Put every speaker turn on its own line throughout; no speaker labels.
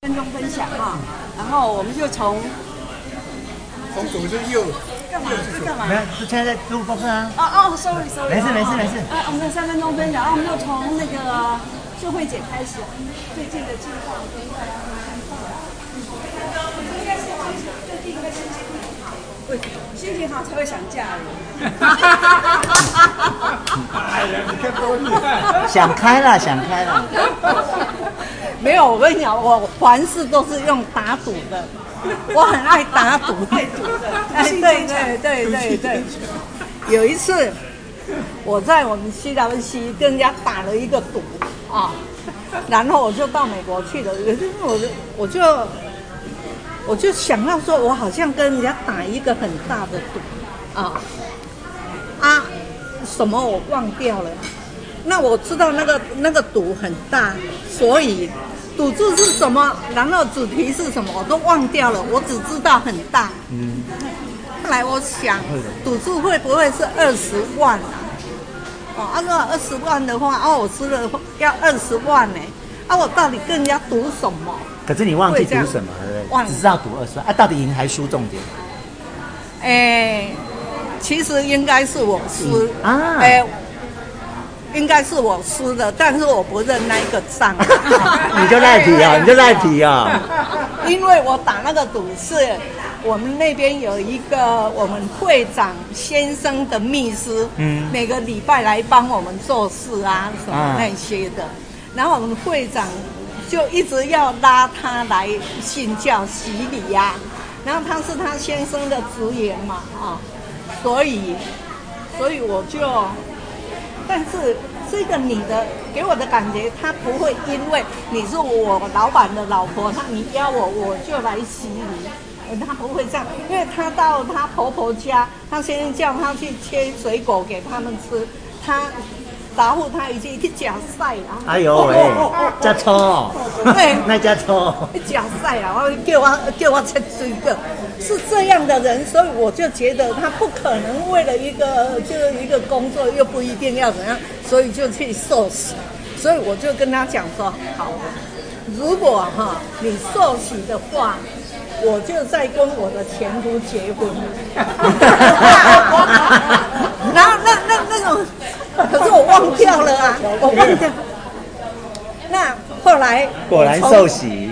分钟分享哈、然后我们就从
从左就右，
干嘛？是干嘛？
没有，是现在在录播客啊。
哦哦，sorry sorry，
没事没事没事
啊，我们有三分钟分享，啊，我们就从那个秀慧姐开始，最近的近况跟大家看一下。应该是黄姐最近应该心情很好，对，心情好才会想嫁人。
想开了，想开了。
没有，我跟你讲，我凡事都是用打赌的，我很爱 打赌。
爱赌的
哎，对对对对对。有一次，我在我们西达文西跟人家打了一个赌啊，然后我就到美国去了，因为我就我就我就想到说，我好像跟人家打一个很大的赌啊啊，什么我忘掉了。那我知道那个那个赌很大，所以赌注是什么，然后主题是什么，我都忘掉了，我只知道很大。嗯。后来我想，赌注会不会是二十万啊？哦，啊，如果二十万的话，哦，我输了要二十万呢、啊，我到底跟人家赌什么？
可是你忘记赌什么，对不
忘
对？
了
只知道赌二十万啊，到底赢还输重点。
哎，其实应该是我输
嗯啊
哎，应该是我输的，但是我不认那一个账。
你就赖
哎
皮啊，你就赖皮啊。
因为我打那个赌是，我们那边有一个我们会长先生的秘书，
嗯
每个礼拜来帮我们做事啊什么那些的，然后我们会长就一直要拉他来信教洗礼呀、然后他是他先生的职员嘛啊，所以所以我就，但是这个你的给我的感觉，他不会因为你是我老板的老婆，他你邀我我就来洗你，呃他不会这样，因为他到他婆婆家，他先生叫他去切水果给他们吃，他答复他一句去假晒啊，
哎呦喂，加抽哦，
对
那加抽。
假赛啊，然后给我给我吃这个，是这样的人，所以我就觉得他不可能为了一个就是一个工作又不一定要怎样，所以就去受洗，所以我就跟他讲说，好，如果哈你受洗的话。我就在跟我的前夫结 婚，然后那那那种，可是我忘掉了啊，我忘掉。那后来
果然受洗，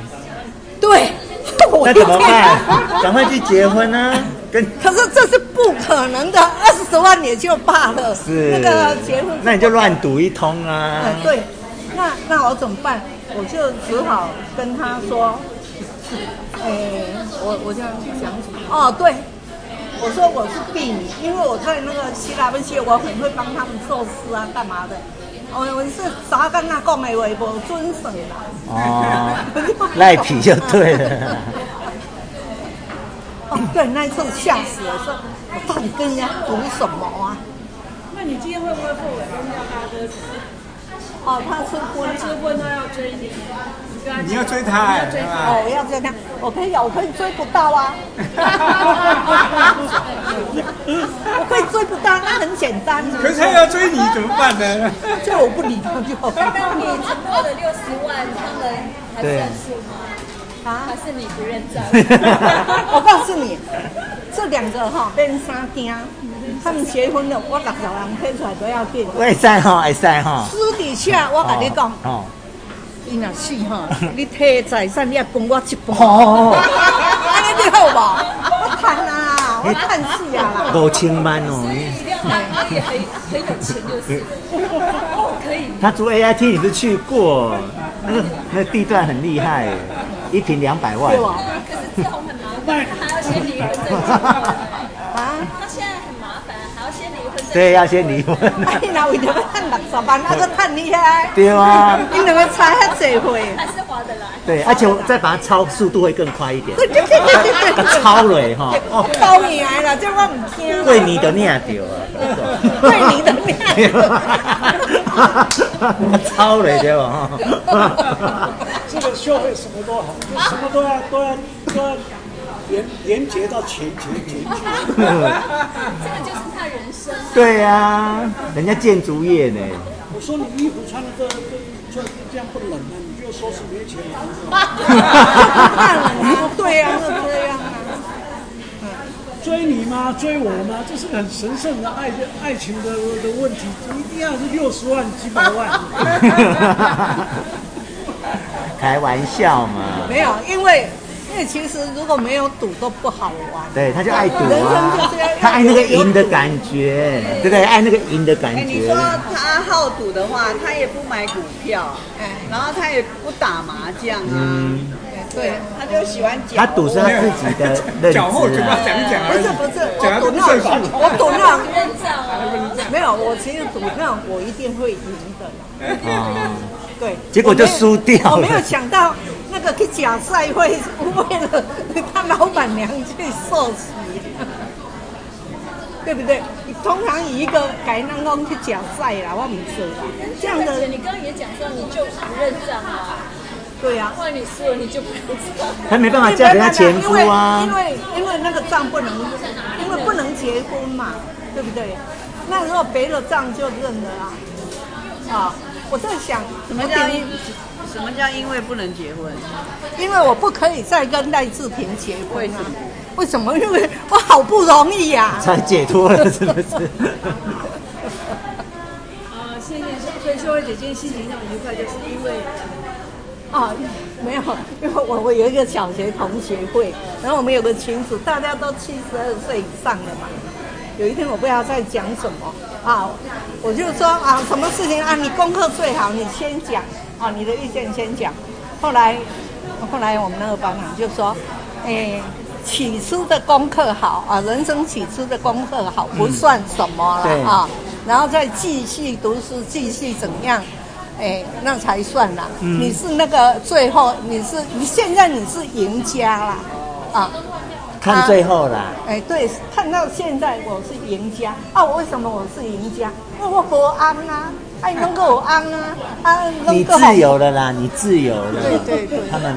对， 我
那
就
怎么办？赶快去结婚啊！跟
可是这是不可能的，二十万也就罢了，
是
那个结婚，
那你就乱赌一通啊
哎。对，那那我怎么办？我就只好跟他说，哎、我我这样想起哦，对，我说我是婢女，因为我在那个希腊文学，我很会帮他们做事啊，干嘛的。我我是啥跟他讲的话，无遵守啦。
哦，赖皮就对 了。
哦，对，那一次我吓死了，说我到底跟人家赌什么啊？
那你今天会不会后悔跟廖大哥结
哦，他是婚
婚？
了
结婚他要追你，你跟他
你要追他哎，
你要追
对
他
吧？
哦，要这样，我可以啊，我可以追不到 啊， 我可以追不到，那很简单。
可是他要追 你怎么办呢？
就我不理他就好了
那你承诺的六十万，他们还算数吗？
啊
还。是你不认账？
啊
我告诉你，这两个哈、变三丁，他们结婚了，我六十人推出来都要变。
会赛哈，会赛哈。
私底下我跟你讲，
哦，
伊若死 哈，你摕财产你也分我一半。
哦
安尼你好无？我赚啊，我赚死啊啦！
哦，五千万哦。
一定要让他也很很有钱就是了。哦，可以。
他租 AIT 你不是去过？那个那个地段很厉害，一平两百万
对。吧？
可是这种很麻烦，还要先离婚证结婚。
啊，
他现在很麻烦，还要先离婚证。
对，要先离婚。
啊你若为着要赚六十万，啊，搁赚你遐，
对啊，
你两个差遐济岁。
还是划得来。
对，而且我再把它超速度会更快一 点。
对对对对对对，
超了哈，哦，
包你来啦，这我唔听。
为你的念丢啊，
为你的命。
超了对吧？ 哈
这个社会什么都好，什么都要都要都要连连接到钱钱钱钱。
这个就是他人生。
对呀、啊，人家建筑业呢，
我说你衣服穿的这这这这样不冷啊，你就就说是没钱难的。
那了，对呀、啊，是这样啊。
追你吗？追我吗？这是很神圣的爱爱情的的问题，一定要是六十万几百 万。
开玩笑嘛，
没有，因为因为其实如果没有赌都不好玩。
对，他就爱赌
人生
啊
就是要，
他爱那个赢的感觉，对不对？爱那个赢的感
哎，你
觉
说。他好赌的话，他也不买股票，
哎，
然后他也不打麻将啊，
哎
对，
他就喜欢
他
搅
赌是他自己的认
脚后
知
嘴巴
啊，
讲一讲
不
而
是
已，
不是，
讲的
我赌
不
那
算
种，
数。
我赌那种，
认账啊！
没有，我其实赌那种我一定会赢的啦。
哦
对，
结果就
我没有
输掉了
我没有想到那个去假赛会为了他老板娘去受洗，对不对？你通常以一个改当工去假赛啦，我唔知啦，这样
而且
的
你刚刚也讲说，你就不认账啊，
对呀、啊。
换你输了你就不认账。
他没办法嫁给他前夫啊
因。为因为因为那个账不能，因为不能结婚嘛，对不对？那如果背了账就认了啊。啊，我在想，
什么叫因？什么叫因为不能结婚？
因为我不可以再跟赖志平结婚
为
啊
什么？
为什么？因为 我好不容易呀、啊。
才解脱了，是不是？
啊，谢谢。所以秀慧姐今天心情那么愉快，就是因为
啊，没有，因为我我有一个小学同学会，然后我们有个群组，大家都七十二岁以上的嘛。有一天我不知道在讲什么啊，我就说啊，什么事情啊，你功课最好，你先讲啊，你的意见先讲。后来后来我们那个班长就说，哎，起初的功课好啊，人生起初的功课好不算什么
对
了啊，然后再继续读书，继续怎样？哎，那才算啦。
嗯
你是那个最后，你是你现在你是赢家啦，啊，
看最后啦，
哎，对，看到现在我是赢家啊！我为什么我是赢家？因为我不安啊，哎，能够安啊，啊，能
你
够
自由了啦，你自由了。
对对对
他们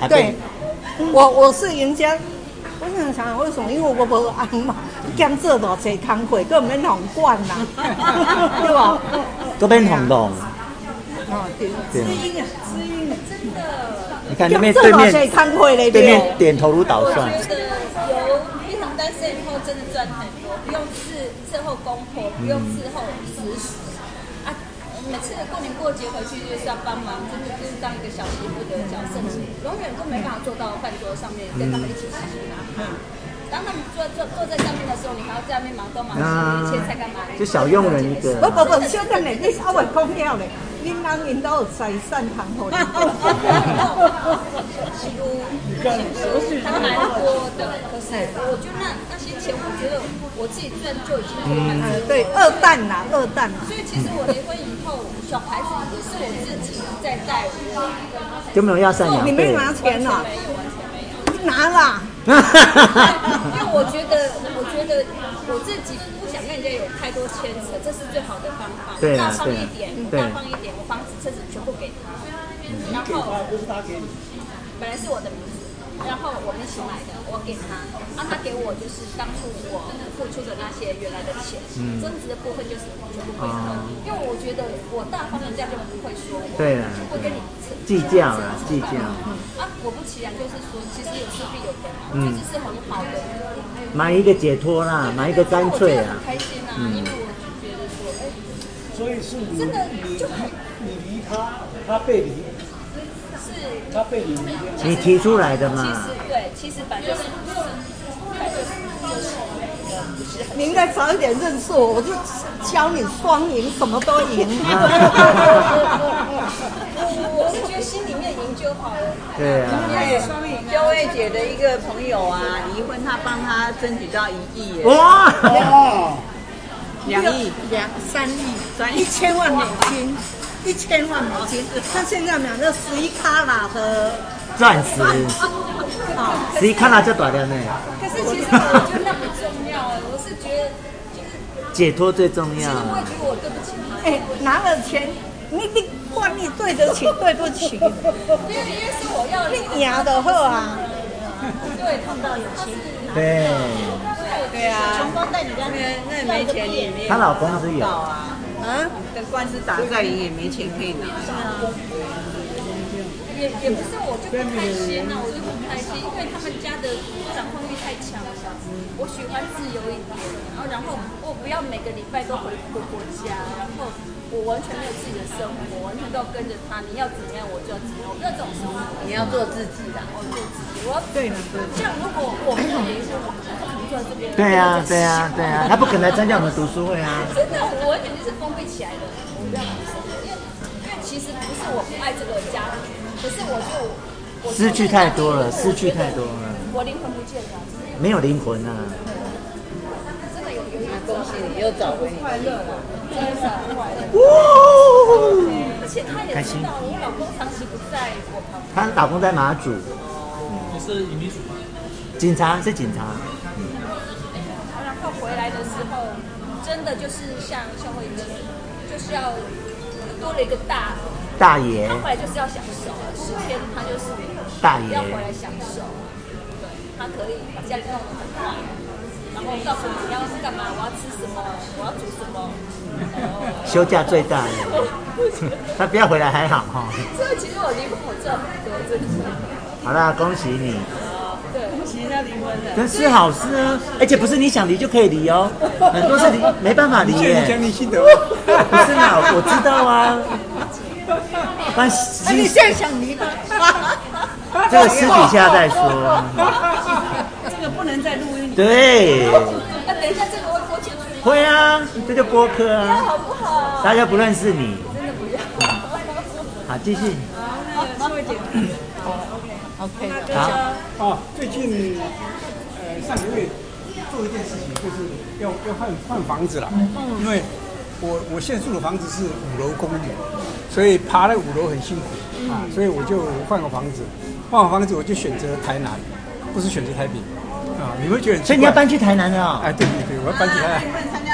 还
对
被，
我我是赢家。我想想为什么？因为我无安嘛，兼做偌济工课，根免互管 啦，对吧？
都被捅动，
哦，对，
对吗？
真的，
你看那
啊兼
边
做
对
偌济
面
工课咧，
对
对哦
面点头如
我
捣蒜，
觉得有非常单身以后真的赚很多，不用伺伺候公婆，不用伺候子女啊。我每次过年过节回去就是要帮忙，真的就是当一个小媳妇的角色，永远都没办法坐到饭桌上面跟他们一起吃饭。当他们坐坐坐在上面的时候，你还要在那边忙东忙西，切菜干嘛？
就小佣人一
不
个。
不不，小等嘞，你稍微讲了嘞，恁翁因都有财产通互你。
是他蛮多的，可是我觉得那那些钱，我觉得我自己赚就已经够满足了。
对，二蛋呐，二蛋呐。
所以其实我离婚以后，小孩子也是我自己在带，我
就没有要赡养
你
费，
没有拿
完
钱
全
呐、
没有，完全没有。
你拿啦。
因为我觉得，我觉得我自己不想跟人家有太多牵扯，这是最好的方法。
对啊
大方一点，我
对啊
大方一点，我房子车子全部给他，
嗯
然后本来是我的名字，然后我们一起买的，我给他，让他给我就是当初我付出的那些原来的钱，
嗯
增值的部分就是全部归他，
啊
因为我觉得我大方人家就不会说我，
对啊
就不会跟你
啊计较啦计较
啊，果不其然就是说，其实有失必有得嘛，确实是很好的。
嗯买一个解脱啦，买一个干脆
我觉得
啊
很。开心啊，因为我就觉得说，哎，
所以是你
真的
你
就很
你离他，他被离，
是
他被你离。
你提出来的
其
嘛
实，对，其实本来就是就是本来就是就是
你应该早一点认识我，我就教你双赢，什么都赢。
我是觉得心里面赢就好了。
对啊，
修慧姐的一个朋友啊，离婚，他帮他争取到一亿耶，
哇，
哇，
两亿，
两三亿，
三
一
亿
千万美金，一千万美金。他现在买了十一卡拉的，
钻石，十一看到这短的呢，
可是其实我觉得那不重要啊，我是觉得就是
解脱最重
其
要
实我
啊
也。觉得我对不起他，
哎，拿了钱，你你管你对得起对不起，
因为因为是我要
你赢的好啊。
对碰到有钱人啊，
对，
对啊，
光带你家
那那没钱你也没
她老公是
到
有，
啊，
啊，
的官司打再赢也没钱可以拿，
也也不是我就不开心啊，我就不开心，因为他们家的掌控欲太强了。我喜欢自由一点，然后然后我不要每个礼拜都回回国家，然后我完全没有自己的生活，我完全都要跟着他，你要怎么样我就要怎么样，我不要这种生活，我
你要做自己的。
要做自己，我要对这样如果我没有联系，我可能坐在这边。
对呀、对呀、对呀、他不可能来参加我们读书会啊。
真的，我完全就是封闭起来的，我不要男生，因为因为其实不是我不爱这个家，可是我就我就
失去太多了失去太多了，
我灵魂不见了，只是
没有灵魂啊！
真的有有一种
恭喜你又找回你的力量。
真的是很快乐，而且他也
开
知
心
道我老公长期不在我旁边，
她老公在马祖，
你是移民署吗？
警察是警察，
嗯然后回来的时候，真的就是像像我一个，就是要多了一个大
大爷
他，回来就是要享受，十天他就是
大爷
要回来享受，对，他可以把家里弄得很乱，然后告诉你要干嘛，我要吃什么，我要煮什么。
休假最大 的， 他不要回来还好哈、
这个其实我离婚我赚很多，真的。
好啦，恭喜你，
其实他离婚了，
这是好事啊！而且不是你想离就可以离 哦，很多是离没办法离
谢谢
耶
你。讲你心得。
不是啦，我知道啊。
啊
但
那你
私
现在想离吗？
这个私底下再说。
这个不能再录音。
对，
那等一下这个我我剪出去，
会啊，这就播客啊，
好不好？
大家不认识你。
真的不要。
好，继续。
OK 的。
好，
啊，最近呃上个月做一件事情，就是要要换换房子了，因为我我现住的房子是五楼公寓，所以爬了五楼很辛苦
嗯
啊，所以我就换个房子，换个房子我就选择台南，不是选择台北啊，你会觉得很奇怪
所以你要搬去台南了哎哦、
哎，对对对，我要搬起来。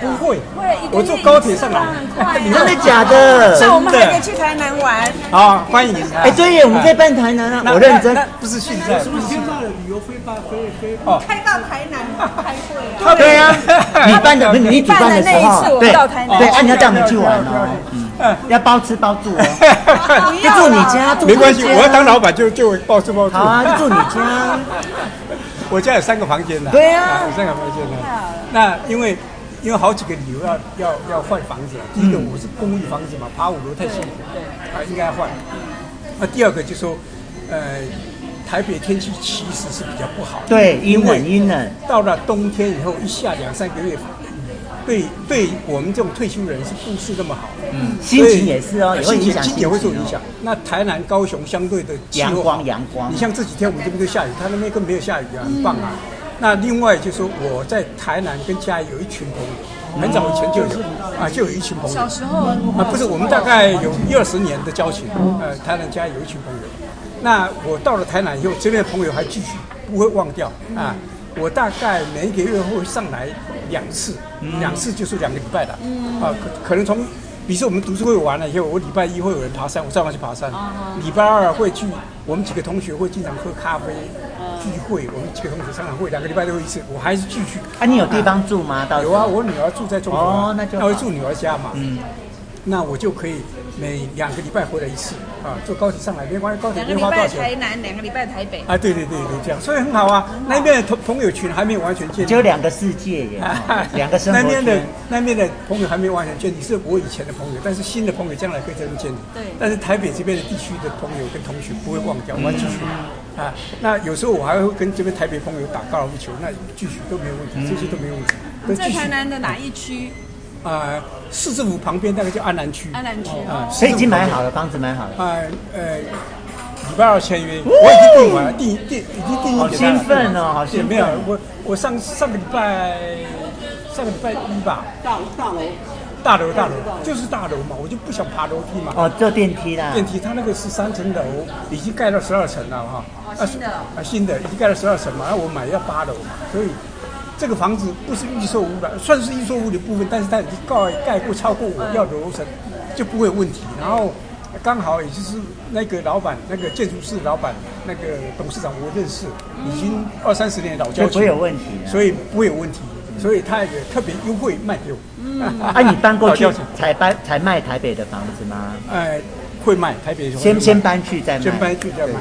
不会，
会一个
我坐高铁上来
月一次啊很快啊。
你
真的假的？
那我们还可以去台南玩。
好，欢迎你。哎
哎，对耶，我们在办台南啊，
那
我认真
那。那不是现在，
是不是现在的旅游非法非非
开到台南开会啊，
对啊， 你 办的不是你主办的时
办的那一次
候，
我
对
到台南
对，啊，你要带我们去玩哦，嗯，要包吃包住哦，
不
就
要
住你
啦
家，住
啊没关系，
他家
我要当老板就就报出报出。
好啊，就住你家，
我家有三个房间的。
对啊
有三个房间的。那因为因为好几个理由要要要换房子啊了。第一个
嗯
我是公寓房子嘛，爬五楼太辛苦，啊应该换。那第二个就说，呃，台北天气其实是比较不好。
对，阴冷
因为
阴冷，
到了冬天以后，一下两三个月，对对我们这种退休人是不是那么好？嗯，
心情也是哦，也会影响
心情也会受影
哦
响。。那台南、高雄相对的气候好
阳光阳光
你像这几天我们这边都下雨，他那边更没有下雨啊，很棒啊。
嗯
那另外就是说我在台南跟家有一群朋友，很早以前就有
嗯
啊，就有一群朋友。小时候啊，不是我们大概有一二十年的交情，呃，台南家有一群朋友。那我到了台南以后，这边的朋友还继续不会忘掉啊。我大概每一个月会上来两次，
嗯
两次就是两个礼拜的，啊，可可能从，比如说我们读书会完了以后，我礼拜一会有人爬山，我上班去爬
啊
山，礼拜二会去，我们几个同学会经常喝咖啡
嗯
聚会，我们几个同学常常会两个礼拜都会一次，我还是继续。
啊，你有地方住吗？到时
有
候
啊，我女儿住在中国啊，
哦那就好嗯
她会住女儿家嘛，那我就可以每两个礼拜回来一次啊，坐高铁上来没关系，高铁
两个
没
礼
花多少
拜
钱
台南，两个礼拜台北。
啊，对对对对，这样，所以很好啊。那边的朋朋友群还没有完全建立，
只有两个世界 耶，哦两个生活
那边的
圈。
那边的朋友还没有完全建立，是我以前的朋友，但是新的朋友将来可以再度建立。对。但是台北这边的地区的朋友跟同学不会
嗯
忘掉，我要继续、啊。那有时候我还会跟这边台北朋友打高尔夫球，那继续都没有问题，这些都没有问题，都继
在
续
台。南的哪一区？
啊，市政府旁边大概叫安南区。
安南区
啊，
所以已经买
市政府旁边
好了，房子买好了，
呃呃，礼拜呃二签约，我已经订完了，订订已经订一
好
点了
兴奋哦好兴奋
没有，我我上上个礼拜上个礼拜一吧，
大大楼
大楼大楼就是大楼嘛，我就不想爬楼梯嘛。
哦，坐电梯啦。
电梯它那个是三层楼，已经盖到十二层了哈。啊新的啊新的已经盖到十二层嘛，那我买要八楼嘛，所以这个房子不是预售屋了，算是预售屋的部分，但是它已经盖盖过超过我要的楼层，就不会有问题。然后刚好也就是那个老板，那个建筑师老板，那个董事长我认识，已经二三十年老交
嗯就
情，
不会有问题啊
所以不会有问题，所以他也特别优惠卖给我。
嗯 啊，你搬过去
老交情
才搬才卖台北的房子吗？
呃，会卖，台北会卖
先先搬去再卖，
先搬去再
对嗯
卖。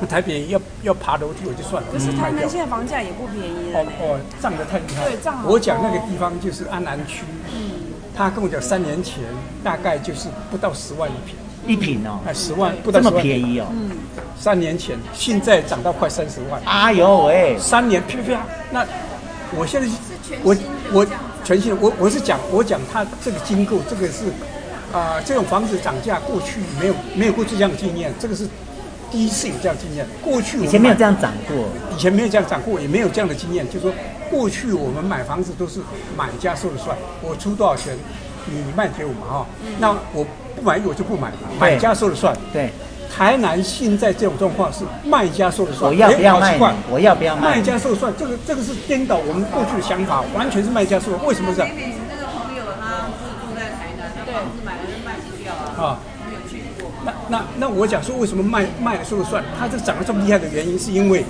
那台北要要爬楼梯我就算了，
可是他
太
们
掉
现在房价也不便宜了
哦
呢。
哦，涨得太厉害。
对涨好多
我讲那个地方就是安南区，
嗯
他跟我讲三年前大概就是不到十万一平，
一品哦，
哎，十万不到
这
十
么
万
便。宜哦，
嗯
三年前，现在涨到快三十万，
哎呦喂，
三年啪啪。那我现在我我全新的，我我是讲我讲他这个经过，这个是啊、这种房子涨价过去没有没有过这样的经验，这个是第一次有这样的经验。过去我
以
们
前没有
买
这样涨过，
以前没有这样涨过，也没有这样的经验。就是说，过去我们买房子都是买家说了算，我出多少钱，你卖给我嘛哈、那我不满意我就不买嘛，买家说了算。
嗯对，
台南现在这种状况是卖家说了算，
我要不要
哎好
卖
奇怪
你？我要不要卖
卖
你？
家说了算，这个这个是颠倒我们过去的想法，完全是卖家说了。为什么这样
那那个朋友他是住在台南，他房子买了就卖不掉啊，
啊？
没有去过。
那那那我讲说，为什么卖卖了说了算？它这涨得这么厉害的原因，是因为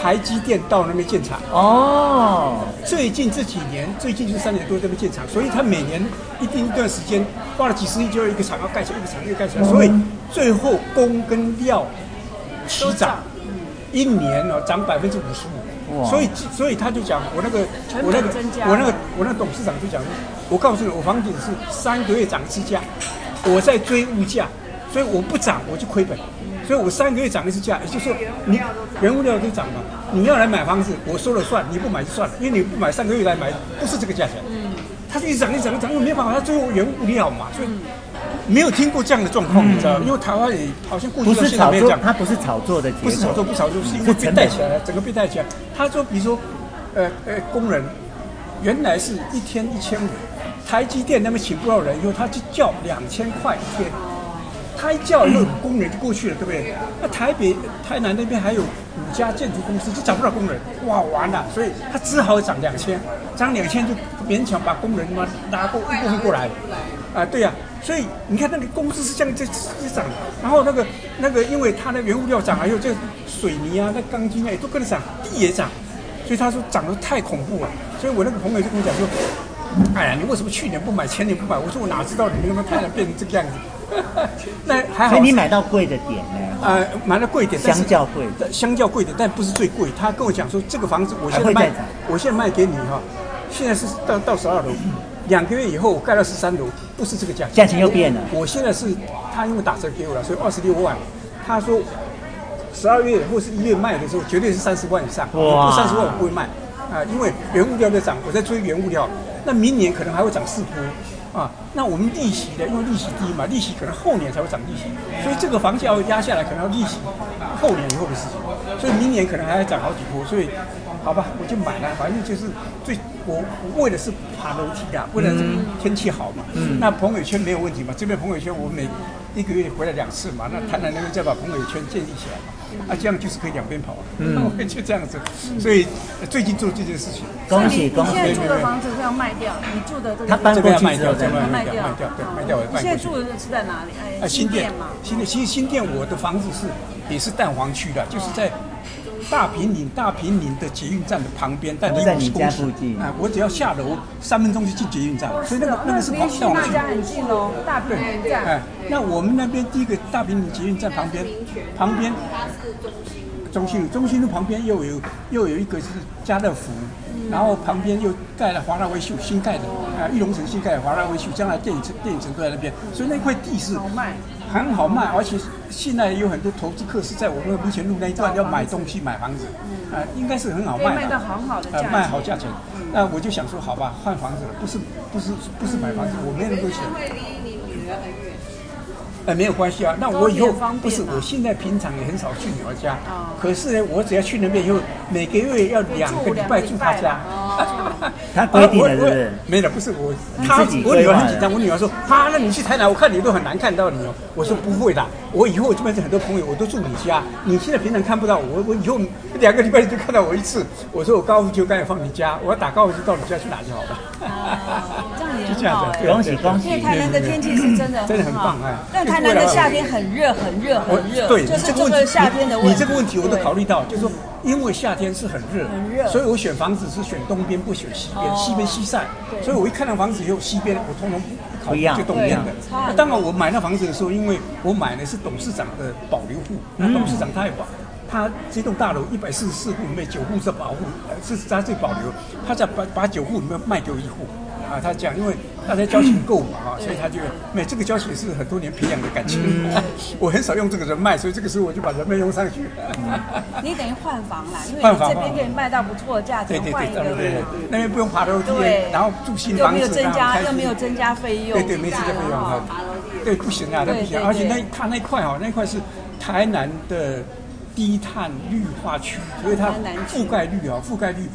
台积电到那边建厂。
哦，
最近这几年，最近就是三年多这个建厂，所以他每年一定一段时间花了几十亿，就要一个厂要盖起来，一个厂又盖起来，所以
嗯
最后工跟料齐涨，一年哦涨百分之五十五，
哇
所以所以他就讲我那个
成本
我那个
增加
我那个我那个董事长就讲，我告诉你，我房子是三个月涨一次 价，我在追物价，所以我不涨我就亏本，所以我三个月涨一次价，也就是说你原物料都涨嘛，你要来买房子，我说了算，你不买就算了，因为你不买上个月来买不是这个价钱，它就一直涨一直涨一直涨，又没办法，它最后原物料嘛，所以。没有听过这样的状况，你知道吗？因为台湾也好像过去
不
到
是
现在
炒
没有这
作
样，，
嗯它不是炒作的
不是
结
炒作
果，
不炒作，是因为被带起来了，整个被带起来。他说，比如说，呃呃，工人原来是一天一千五，台积电那边请不到人，以后他就叫两千块一天。他一叫，以后工人就过去了，对不对？那台北、台南那边还有五家建筑公司，就找不到工人，哇，完了！所以他只好涨两千，涨两千就勉强把工人嘛拉过一部分过来。啊，对呀、所以你看那个工资是这样在在涨，然后那个那个，因为它的原物料涨，还有这个水泥啊、那钢筋啊也都跟着涨，地也涨，所以他说涨得太恐怖了。所以我那个朋友就跟我讲说，哎呀，你为什么去年不买，前年不买？我说我哪知道你们那个太阳变成这个样子？那还好，
所以你买到贵的点呢，
呃买了贵一点，但是
相较贵
但相较贵一点，但不是最贵。他跟我讲说，这个房子我现
还
在
会
卖
再涨，
我现在卖给你哈、现在是到到十二楼，两个月以后我盖到十三楼，不是这个价钱。
价钱又变了，
我现在是他因为打折给我了，所以二十六万。他说十二月或是一月卖的时候，绝对是三十万以上，
哇
不三十万我不会卖啊、因为原物料在涨，我在追原物料，那明年可能还会涨四波啊。那我们利息的，因为利息低嘛，利息可能后年才会涨利息，所以这个房价要压下来，可能要利息后年以后的事情，所以明年可能还要涨好几波，所以。好吧，我就买了，反正就是最我我为的是爬楼梯的，啊为了这个天气好嘛。
嗯
那朋友圈没有问题嘛，这边朋友圈我每一个月回来两次嘛，那台南那边再把朋友圈建立起来嘛，啊，这样就是可以两边跑啊。我
嗯
就这样子，所以呃最近做这件事情，
恭喜恭
你现在
喜，
住的房子是要卖掉，你住的这个
他搬
这
过
边要
去
卖
之
掉，
后
这
再
边要
卖。
卖
卖
掉，
掉哦
卖掉，对，卖掉，
你
卖
现在
过去。
住的是在哪里？哎，
啊，新店
嘛，
新店，其实新店我的房子是也是蛋黄
哦
区的，就是在大平岭大平岭的捷运站的旁边，但离
在
五
你
十
家
公尺
附近
啊，我只要下楼三分钟就进捷运站，所以那
啊
个那个是跑
离徐
蛋黄
哦那
区。
家很近 哦，大平
对
原站。
哎，那我们那边第一个大平岭捷运站旁边，旁边中心路，中心路旁边又有又有一个是家乐福，
嗯
然后旁边又盖了华纳威秀新盖的，啊，玉龙城新盖的华纳威秀，将来电影城电影城都在那边，所以那块地是好卖，很好卖，而且现在有很多投资客是在我们的民权路那一段要买东西买房子，啊，应该是很好卖的，
嗯可以卖到很好的价
呃
钱嗯
卖好价钱。那我就想说，好吧，换房子了，不是不是不是买房子，我没那么多钱。呃，没有关系啊。那我以后
高铁方便啊哦
不是，我现在平常也很少去女儿家，可是呢，我只要去那边以后，每个月要两个礼拜住她家。
哦
他规定的
啊我
是不
我
是？
没了，不是我，
你
她
自己
我女
规
儿
划
很紧张，我女儿说：“妈，那你去台南，我看你都很难看到你哦。”我说：“不会的，我以后这边很多朋友，我都住你家，你现在平常看不到我，我以后两个礼拜就看到我一次。”我说：“我高尔夫球杆也放你家，我要打高尔夫到你家去拿就好了。”
这样也
就这
很
样
好
子，
哎
对
恭喜恭
因为
喜！
台南的天气是真的
真的很
很
棒哎
但台南的夏天很热，很热，
我
很热。
对，
就
你
是
个
这
问题
个夏天的
你
问
你
题。
这个问题我都
对嗯
考虑到，就是说，因为夏天是很热，很热，所以我
哦
选房子是选东边不选西边，西边西晒，所以我一看到房子以后，西边我通通不考
不一样
就动念
不
的。那当然，我买那房子的时候，因为我买的是董事长的保留户，
嗯
那董事长他也把。他这栋大楼一百四十四户里面九户是保护，呃是他最保留，他在把把九户里面卖给我一户，啊，他讲因为大家交情够
嗯
嘛啊，所以他就每这个交情是很多年培养的感情，
嗯
我很少用这个人脉，所以这个时候我就把人脉用上去。
你等于换房啦，因为
换
你
房
这边可以卖到不错的 价
对
钱
对，
换
对
一
对
个，
对对，那边不用爬楼梯
对，
然后住新
又
房
没
子，
有增
然后
加
开心
又没有增加费用，
对对，没时间培养
哦
他。对，不行啊，那不
对
行
对
啊。而且那
对
他那块哦，那块是台南的低碳绿化区，所以它
哦台南区
覆盖率啊，覆盖率。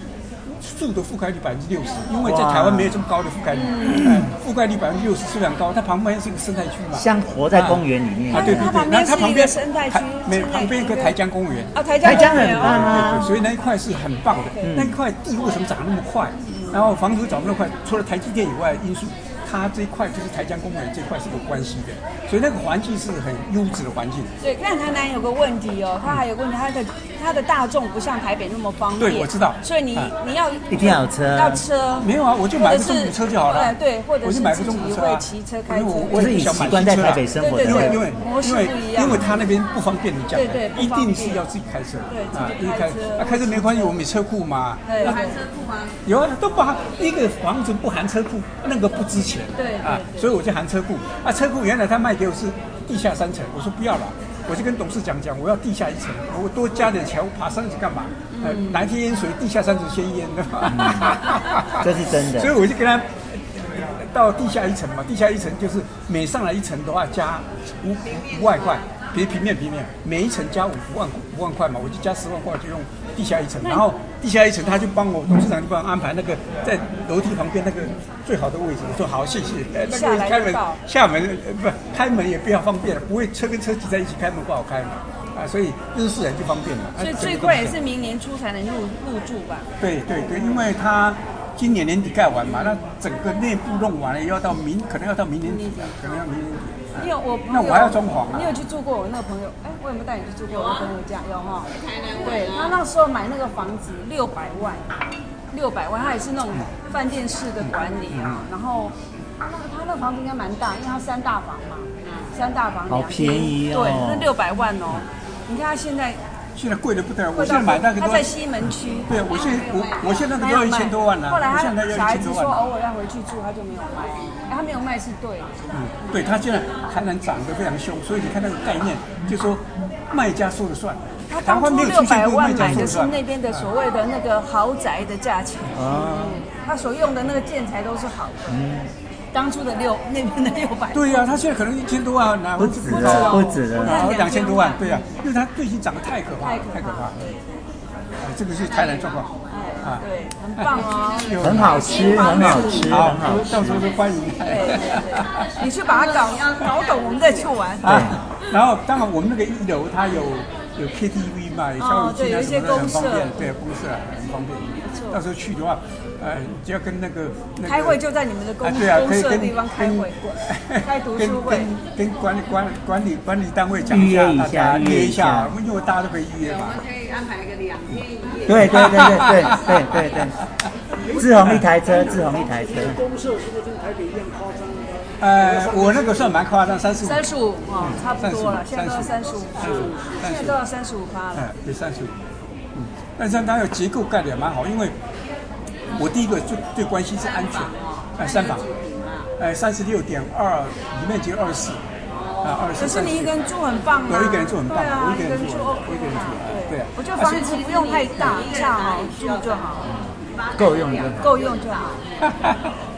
树的覆盖率百分之六十，因为在台湾没有这么高的覆盖率，
嗯
哎覆盖率百分之六十虽然高，它旁边是一个生态区嘛，
像活在公园里面
啊，对对对，那它旁边
它旁边是一个生态区
台没有
生态
旁边有一个
区
台江公园，
啊，台江
台江
公
很
园
棒
哦
啊
对，所以那一块是很棒的。
嗯
那一块地为什么涨那么快？然后房子涨那么快，除了台积电以外的因素，它这一块就是台江公园这一块是有关系的，所以那个环境是很优质的环境。
对，但台南有个问题哦，它还有个问题，它的它的大众不像台北那么方便。
对我知道
所以你、
嗯
你要
一定要有车
要车。
没有啊，我就买个中古车就好了。
对对或者是
我就买个中古车啊，
自己会骑车开车
因为我
就
我
是
也
你
不想
习
买
惯
新
在
车
台
啊
北生活
对
的
对
因为因
人，
为
模式
因为
不一样
因为他那边不方便，你讲
对对不
一
方
定
便
是要自己开车，
对自己
啊，一定
开
啊，
车
开车没关系，我们有车库嘛，
对
那
对
有啊，都不含一个房子不含车库，那个不值钱。
对对
啊，所以我就含车库啊，车库原来他卖给我是地下三层，我说不要了，我就跟董事长讲，我要地下一层，我多加点钱，我爬三层干嘛？
嗯
呃，哪天淹水，地下三层先淹的嘛。
嗯这是真 的
所以我就跟他。到地下一层嘛，地下一层就是每上来一层的话加五五万块，别平面平面，每一层加五五万五万块嘛，我就加十万块就用地下一层，然后地下一层他就帮我董事长就帮我安排那个在楼梯旁边那个最好的位置，我说好谢谢，呃那
下来
个
就
开门
到
下门呃不开门也比较方便，不会车跟车挤在一起开门不好开嘛，啊所以认识人就方便了，啊
所以
整
最
个都
贵也
不错
是明年初才能入入住吧？
对对对，因为它今年年底盖完嘛，那整个内部弄完了，要到明可能要到明年底了，可能要明年底。啊
因为我朋友
那我还要装潢啊
你有去住过我那个朋友？哎，我有没有带你去住过我那个朋友家？有哈、对他那时候买那个房子六百万，六百万，他也是那种饭店式的管理
嗯
啊。然后他那他那房子应该蛮大，因为他三大房嘛，三大房
好
两厅
便宜哦
对，那六百万哦。你看他现在
现在贵的不得了，我
贵
现在
到
买那个
他
都
在西门区。
对，我现在我我现在那个都要一千多万了，
后来
我现在
他
要
小
一
孩
千
子
多
说
万。
偶尔要回去住，他就没有卖。哎，他没有卖是对的。
嗯，对，它现在台南涨得非常凶，所以你看那个概念，就说卖家说了算。
他
台
当
湾没有
初六
出现
百
过卖
万
家
买
说
的
了
是
算。
那边的所谓的那个豪宅的价钱，
啊，
他所用的那个建材都是好的。当初的六那边的六百，
对呀、他现在可能一千多万，哪
不止了，不止
啊
了。
然后啊两千
2000
多万，对呀、因为它最近涨得太可怕了，
啊太
太
可
可
怕
怕
了
了。哎这个是台南状况啊，
哎对，很棒哦。
有
很好吃，很好吃，
好
很好，吃
到。时候就欢迎你
对对对，你去把它搞搞懂，我们再去玩。
啊。然后，当然我们那个一楼它有有 KTV 嘛，有消
哦
费厅
对有
啊
一些
什么的，很方便。
公社
对，公社啊很方便。到时候去的话，呃，只要跟那个那个
开会就在你们的公
啊，对啊，
公
可以
社的
跟
地方开会，
跟
开读书会
跟。跟跟管理管管理管理单位讲一
预
下
约一，
大
下
家
预约
约一
一
下
下，
因为大家都可以预约嘛。
对对对对对对 对对，志宏一台车，志宏一台车，
公社是不是跟台北一样夸张呢？
呃，我那个算蛮夸张，三十五，嗯
三十五哦，差不多了，现在都要三十五
三十五，
现在都要三十五趴了。
哎，对，三十五。嗯，但是它有结构盖的也蛮好，因为我第一个最最关心是安全，
哦
哎，三房，哎，三十六点二，里面只有二十四，啊，二十。
可是你一个人住很棒啊，
我一个人住很棒，
对啊
我一个人住，
住
我一个人
OK
住
啊，
对啊。
我觉得房子不用太大，恰好住就好，
够用就好。
够用就好。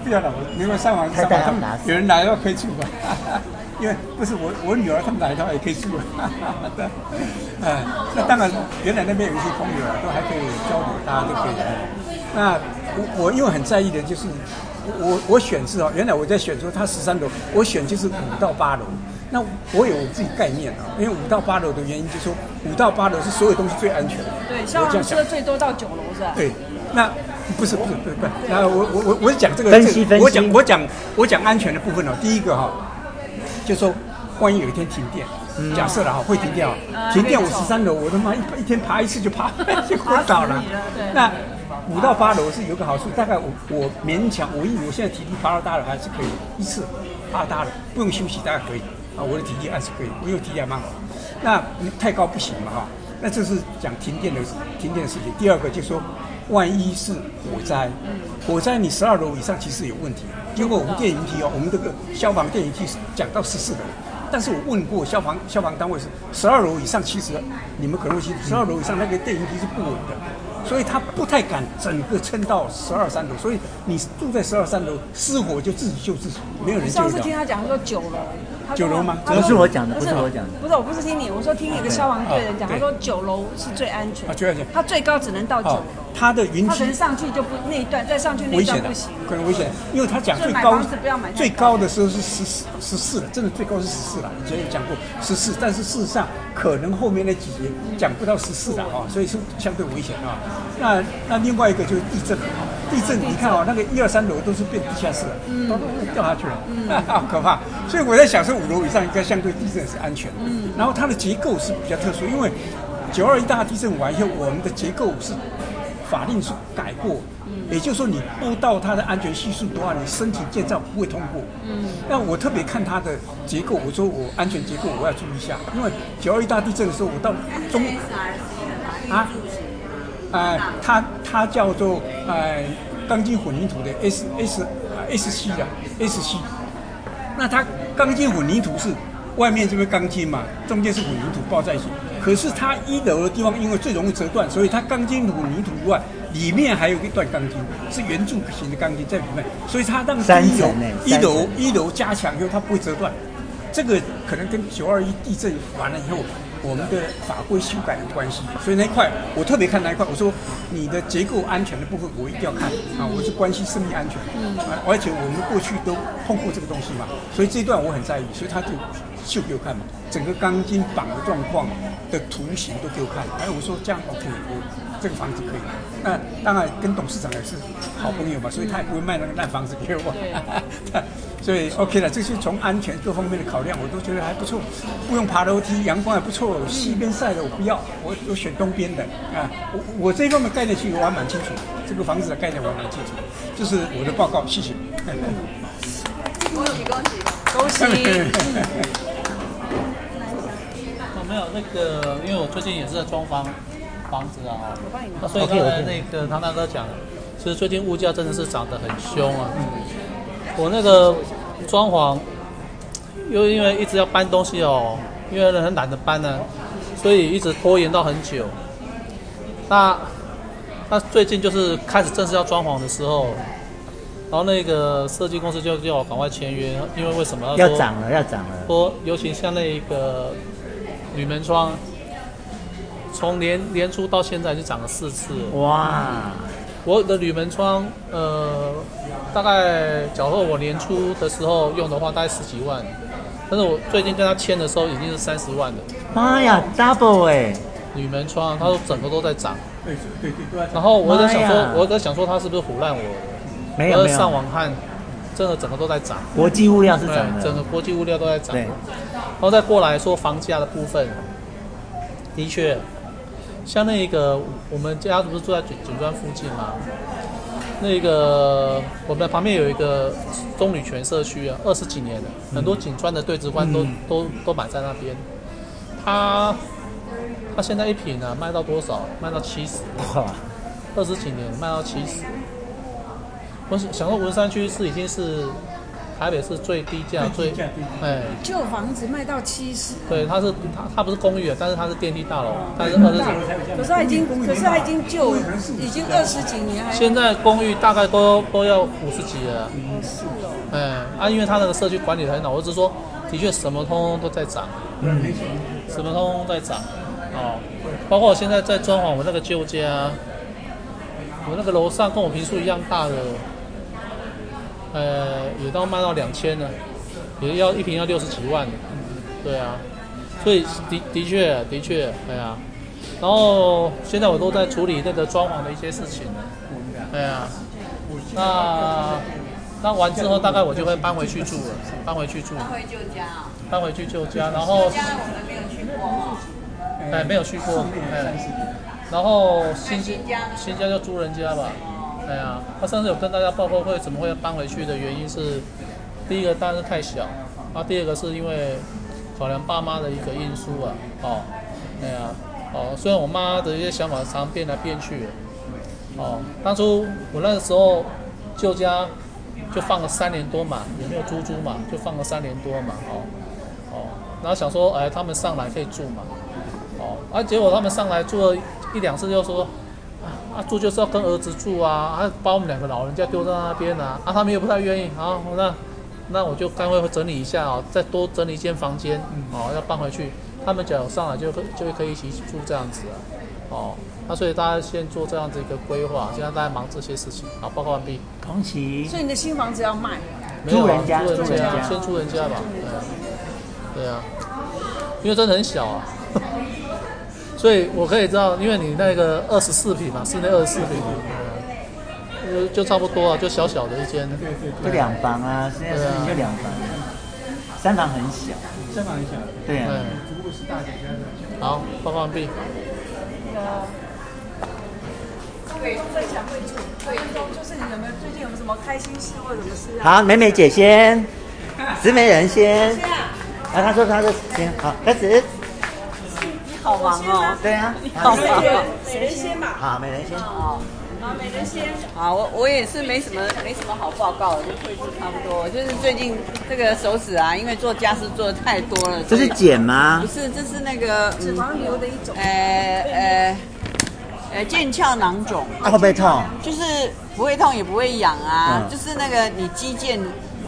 不要了，我你们上网
太
上网，
太好
他们
拿手
有人来的话可以住吧？因为不是我我女儿他们来的话也可以住，对， 哎，那当然原来那边有一些朋友啊，都还可以交流，大家都可以。那我我因为很在意的就是我我我选是哦，原来我在选说它十三楼，我选就是五到八楼。那我有我自己概念啊，因为五到八楼的原因就是说五到八楼是所有东西最安全的。
对，消
我这
防
样想
车。最多到九楼是吧？
对，那不是不是不是不是，那我我我我是讲这个
分析
这个
分析
我讲我讲我讲安全的部分哦。第一个哈、就说万一有一天停电，假设了哈、会停电哦，停电我十三楼，我他妈一一天爬一次就爬就昏倒了。那五到八楼是有个好处，大概我我勉强我以我现在体力爬到大楼还是可以一次，怕大了，不用休息当然可以啊，我的体力还是可以，我有体力还蛮好。那你太高不行嘛哈、那这是讲停电的事停电的事情。第二个就是说，万一是火灾，火灾你十二楼以上其实有问题。结果我们电影厅哦，我们这个消防电影厅是讲到十四楼，但是我问过消防消防单位是十二楼以上，其实你们可能会清楚，十二楼以上那个电影厅是不稳的，所以他不太敢整个撑到十二三楼。所以你住在十二三楼，失火就自己救自己，没有人救
上次
得
听
了。
他讲说九楼，他说
九楼吗
他说
不
是我讲的不是我讲的
不是我不是听你，我说听一个消防队人讲，
啊
他
对
说九楼是最安全，
啊最安全
他最高只能到九
哦
楼，，
它的云
他可
梯
能上去就不那一段，再上去那
危
一段
险的
不行，，
可能危险，因为他讲
所以
最
买
高
房子不要买太高
最高的时候是十四十四了，真的最高是十四了，以前有讲过十四，但是事实上可能后面那几年讲不到十四了啊，所以是相对危险啊。那那另外一个就是地震，地震你看哦，那个一二三楼都是变地下室了，
嗯
都都掉下去了， 好可怕。所以我在想，是五楼以上应该相对地震是安全的，然后它的结构是比较特殊，因为九二一大地震完以后，我们的结构是法令是改过，也就是说你不到它的安全系数的话，你申请建造不会通过。嗯，那我特别看它的结构，我说我安全结构我要注意一下，因为九二一大地震的时候，我到中啊，呃，它它叫做呃钢筋混凝土的 S S S C 啊 S C，那它钢筋混凝土是外面这边钢筋嘛，中间是混凝土包在一起。可是它一楼的地方因为最容易折断，所以它钢筋混凝土以外，里面还有一段钢筋是圆柱形的钢筋在里面，所以它让
三
一楼
层呢
一
三
楼
层
一楼加强以后它不会折断。这个可能跟九二一地震完了以后，我们的法规修改有关系，所以那一块我特别看那一块，我说你的结构安全的部分我一定要看啊，我是关系生命安全，啊而且我们过去都碰过这个东西嘛，所以这一段我很在意，所以他就秀给我看嘛，整个钢筋绑的状况的图形都给我看，哎，我说这样 OK，我这个房子可以。那当然跟董事长也是好朋友嘛，所以他也不会卖那个烂房子给我。所以 OK 了，这些从安全各方面的考量，我都觉得还不错，不用爬楼梯，阳光还不错，西边晒的我不要，我我选东边的啊。我我这方面概念其实我还蛮清楚，这个房子的概念我还蛮清楚，这是我的报告，谢谢。
恭喜恭喜！
恭喜。
我哦没有那个，因为我最近也是在装房房子啊，哦
帮你拿
那所以刚才那个唐大哥讲，其实最近物价真的是涨得很凶啊。我那个装潢，又因为一直要搬东西哦，因为很懒得搬呢、所以一直拖延到很久。那那最近就是开始正式要装潢的时候，然后那个设计公司就叫我赶快签约，因为为什么
要
说
涨了，要涨了。
说，尤其像那个铝门窗，从年年初到现在已经涨了四次了。
哇，
我的铝门窗，呃，大概假如我年初的时候用的话，大概十几万，但是我最近跟他签的时候已经是三十万了。
妈呀，double 哎、
铝门窗，他说整个都在涨，
对对对对，
然后我在想
妈呀
说，我在想说他是不是唬烂我？
没
我
有
在
没
上
有，
网看，真的整个都在涨，
国际物料是
对
涨，的，
整个国际物料都在涨。
对，
然后再过来说房价的部分，的确，像那个我们家不是住在九九庄附近嘛，那个我们旁边有一个棕榈泉社区啊，二十几年了，很多景川的对直观都、都都买在那边，它它现在一平呢、卖到多少？卖到七十，
哇，
二十几年卖到七十。我是想说文山区是已经是台北市最低价最
低价最低
哎。
旧房子卖到七十，
对，它是它它不是公寓，啊但是它是电梯大楼，但是二十
可是他已经，可是他已经旧，已经二十几年还
现在公寓大概都都要五十几了。哎、啊，因为它那个社区管理得很好，我只是说，的确什么通通都在涨，什么通通在涨，哦，包括我现在在装潢我那个旧家，我那个楼上跟我平数一样大的，呃，也到卖到两千了，也要一平要六十几万，对啊，所以的的确的确，哎呀、然后现在我都在处理那个装潢的一些事情了，哎呀、那那完之后，大概我就会搬回去住了，搬回去住，
回旧家啊，
搬回去旧家，然后
家我们没有去过哦。
哎没有去过，哎，然后新
新家呢
新家就租人家吧，哎呀，他上次有跟大家报告会怎么会搬回去的原因是，第一个当然是太小，啊，第二个是因为考量爸妈的一个因素啊，哦，哎呀、哦，虽然我妈的一些想法常变来变去，哦，当初我那个时候旧家就放了三年多嘛，也没有出租嘛，就放了三年多嘛，哦，哦，然后想说，哎，他们上来可以住嘛，哦，啊，结果他们上来住了一两次，就说。啊，住就是要跟儿子住啊，啊，把我们两个老人家丢在那边啊，啊，他们也不太愿意，好，那那我就干脆会整理一下哦，再多整理一间房间，哦，要搬回去，他们假如上来就可就可以一起住这样子啊，哦，那所以大家先做这样子一个规划，现在大家忙这些事情，好，报告完毕，
同期
所以你的新房子要卖了，
没有
住
啊
人家
住人
住人
家，
家
先住人家吧，嗯对啊，对啊，因为真的很小啊。 所以我可以知道，因为你那个二十四平嘛，室内二十四平，呃，就差不多啊，就小小的一间。
对对对，
就两房啊，现在是就两房，啊三房很小，
香港一下，
对
对
啊，，
如果是大姐家的。
好，报告完毕。
分享会主会中，就是你有没有最近有没有什么开心事或者什么事啊？
好，美美姐先，石美人先，啊，她说她说行，好，开始，
好忙哦。
对啊，
好
好，
每人每人先吧，
好，美人先，
啊，每人先。
啊，我我也是没什么没什么好报告的，就会是差不多。就是最近这个手指啊，因为做家事做的太多了，
这
所
是
以
剪吗
不？是，这是那个脂肪
黄牛的一种。
呃呃呃腱鞘囊肿，
啊，会不会痛？
就是不会痛也不会痒啊，
嗯
就是那个你肌腱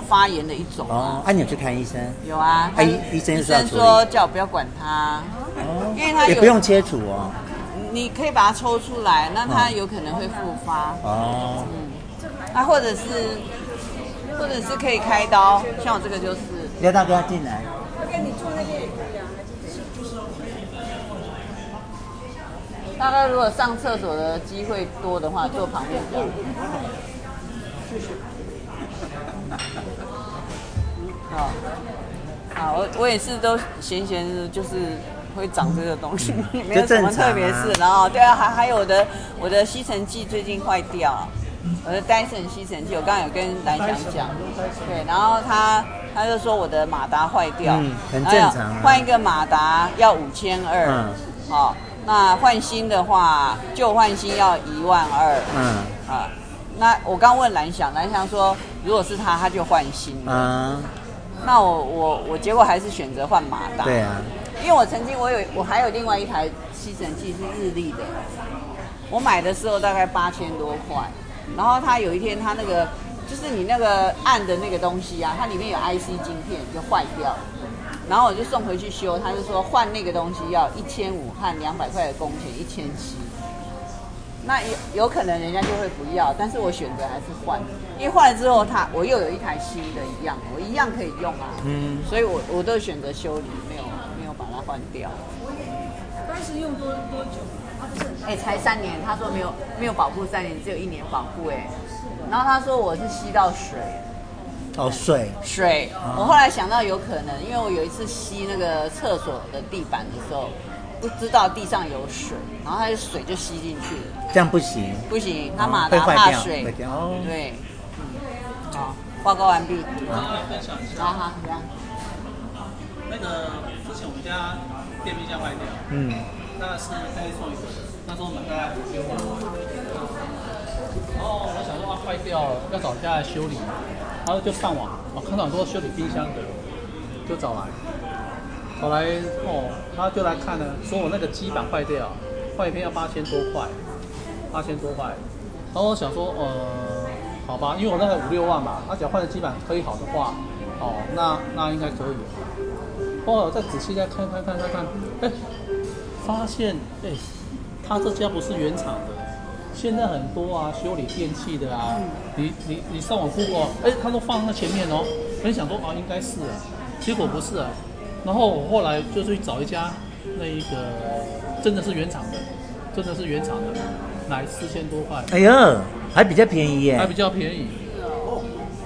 发炎的一种
哦，
啊。
啊，你有去看医生？
有啊，他
啊医医生
医
是要
生
处理
说叫我不要管它，
哦
因为它有
也不用切除哦，
你可以把它抽出来，那它
嗯
有可能会复发。
哦，
啊，或者是，或者是可以开刀，像我这个就是，
要到不要进来？
啊
大概如果上厕所的机会多的话，坐旁边这样。嗯好，好，我我也是都闲闲的，就是会长这个东西， 没有什么特别事
嗯就正常啊。
然后对啊，还还有我的我的吸尘器最近坏掉，我的 Dyson 吸尘器，我刚刚有跟蓝翔讲，对，然后他他就说我的马达坏掉，
嗯很
然后
正常啊
换一个马达要五千二
嗯，
好，那换新的话，旧换新要一万二，
嗯
啊，那我刚问蓝翔，蓝翔说如果是他，他就换新了，
啊，
那我我我结果还是选择换马达，
对啊，
因为我曾经我有我还有另外一台吸尘器是日立的，我买的时候大概八千多块，然后它有一天它那个就是你那个按的那个东西啊，它里面有 IC 晶片就坏掉了，然后我就送回去修，他就说换那个东西要一千五和两百块的工钱，一千七。那有有可能人家就会不要，但是我选择还是换，因为换了之后它我又有一台新的一样，我一样可以用啊。
嗯，
所以我我都选择修理，没有没有把它换掉。
啊
当时用多多久？哎、才三年，他说没有没有保护三年，只有一年保护哎、然后他说我是吸到水，
哦，水，
水。我后来想到有可能，因为我有一次吸那个厕所的地板的时候，不知道地上有水，然后它就水就吸进去了，
这样不行，
不行，他
哦
马
会
达
坏
怕
掉
水
会，掉哦
对，嗯，好，报告完毕，
啊
分享一下，
好好，这样。
那个之前我们家电冰箱坏掉，
嗯，
那是大概送一个，那时候我们大概五六万。哦，我想说啊，坏掉了，要找人家来修理，然后就上网，我看到很多修理冰箱的，就找来，找来哦，他就来看了，说我那个基板坏掉，换一片要八千多块，八千多块，然后我想说，呃，好吧，因为我那个五六万嘛，他只要换了基板可以好的话，哦，那那应该可以。后来我再仔细再看看看看看，哎、发现哎、他这家不是原厂的，现在很多啊修理电器的啊，你你你上网 Google，哎、他都放在前面哦，本想说啊应该是啊，结果不是啊，然后我后来就去找一家那一个真的是原厂的，真的是原厂的，买四千多块，
哎呦，还比较便宜
还
耶
比，较便宜。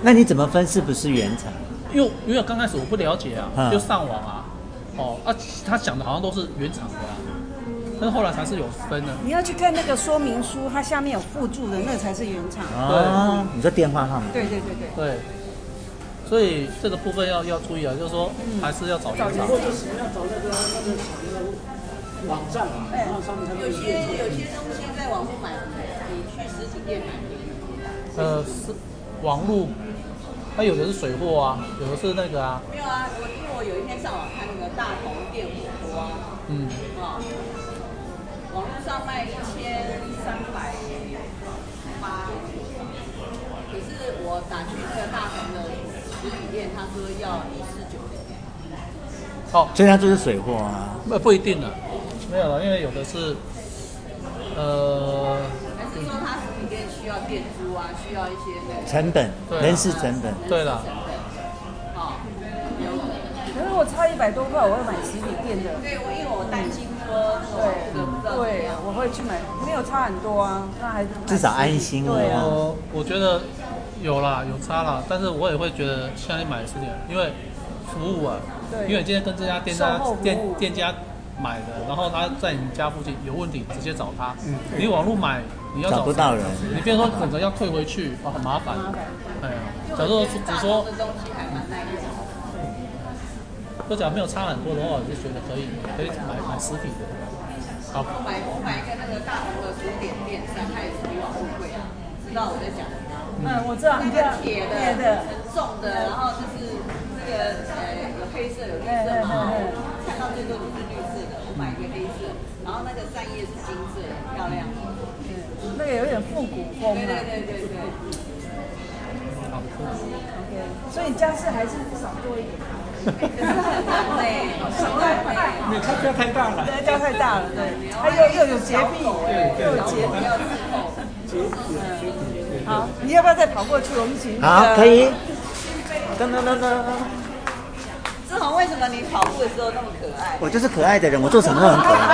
那你怎么分是不是原厂？
因为因为刚开始我不了解啊，
嗯
就上网啊，哦啊，他讲的好像都是原厂的啊，但是后来才是有分的。
你要去看那个说明书，它下面有附注的，那才是原厂。
哦哦，你说电话号码，
对对对对，
对，所以这个部分要要注意啊，就是说还是要找原厂。
或者是要找那个那个小的网站啊，然后上面它
有些有些东西在网络买，比去实体店买便宜。
呃，是网路，它有的是水货啊，有的是那个啊，
没有啊，我因为我有一天上网看那个大同电火锅啊，
嗯，
哦，网络上卖一千三百八，可是我打去那个大同的实体店，他说要一四九零。
哦，
所以它就是水货啊。
不不一定了，没有了，因为有的是，呃，
还是说他实体店需要店租啊，需要一些那个
成本，
对啊
人事成本，
对了，
成本，哦，有可能。
可是我差一百多块，我会买实体店的。
对，我因为我担心说
对
这个不知道怎么
对
样，。
我会去买，没有差很多啊，那还是买
至少安心了
对啊，
呃，我觉得有啦，有差啦，但是我也会觉得现在买是点，因为服务啊，
对
因为你今天跟这家店家
售后服务
店店家买的，然后他在你家附近有问题，直接找他。
嗯
你网络买，你要
找不到人
你变成说整个要退回去，啊，很麻烦。哎呀，假如说只说
这东西还蛮耐用的。
都讲没有差很多的话，我就觉得可以可以买买实体的。好，
我买我买一个那个大红的古典电扇，它也是比网络贵啊，知道我在讲什么吗？
嗯，我知道，
那
你
个铁的、
铁的，
很重的，然后就是那个呃有黑色有绿色嘛，看到最多就是绿色的，我买一个黑色，然后那个扇叶是金色，漂亮。
那个有点复古风
对
啊
对。对对对。
好，
OK，所以家事还是少做一点。
可是很难嘞，很难嘞。
你看不要太大了。
对，家太大了，对，它又又有洁癖，又有洁癖。好，你要不要再跑过去？我们一起那
好，
个
可以。噔噔噔噔，
志宏，为什么你跑步的时候那么可爱？
我就是可爱的人，我做什么都很可爱，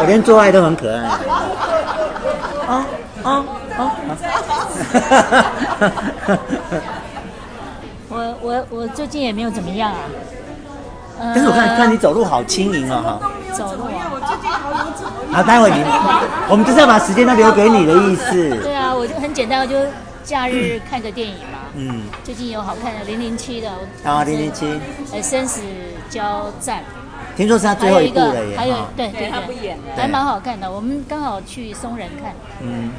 我连做爱都很可爱。啊啊啊！
我我我最近也没有怎么样啊。呃
但是我看看你走路好轻盈哦，哈。
走路啊，
好，待会你，我们就是要把时间都留给你的意思。
对啊，我就很简单，我就假日看个电影嘛。
嗯，
最近有好看的《零零七》的，我
啊好，零零七，
呃，生死交战，
听说是他
还
最后
有
一
一
部
个
了耶，，
还有
哈
对对
他不演了
对，还蛮好看的。我们刚好去松仁看，
嗯，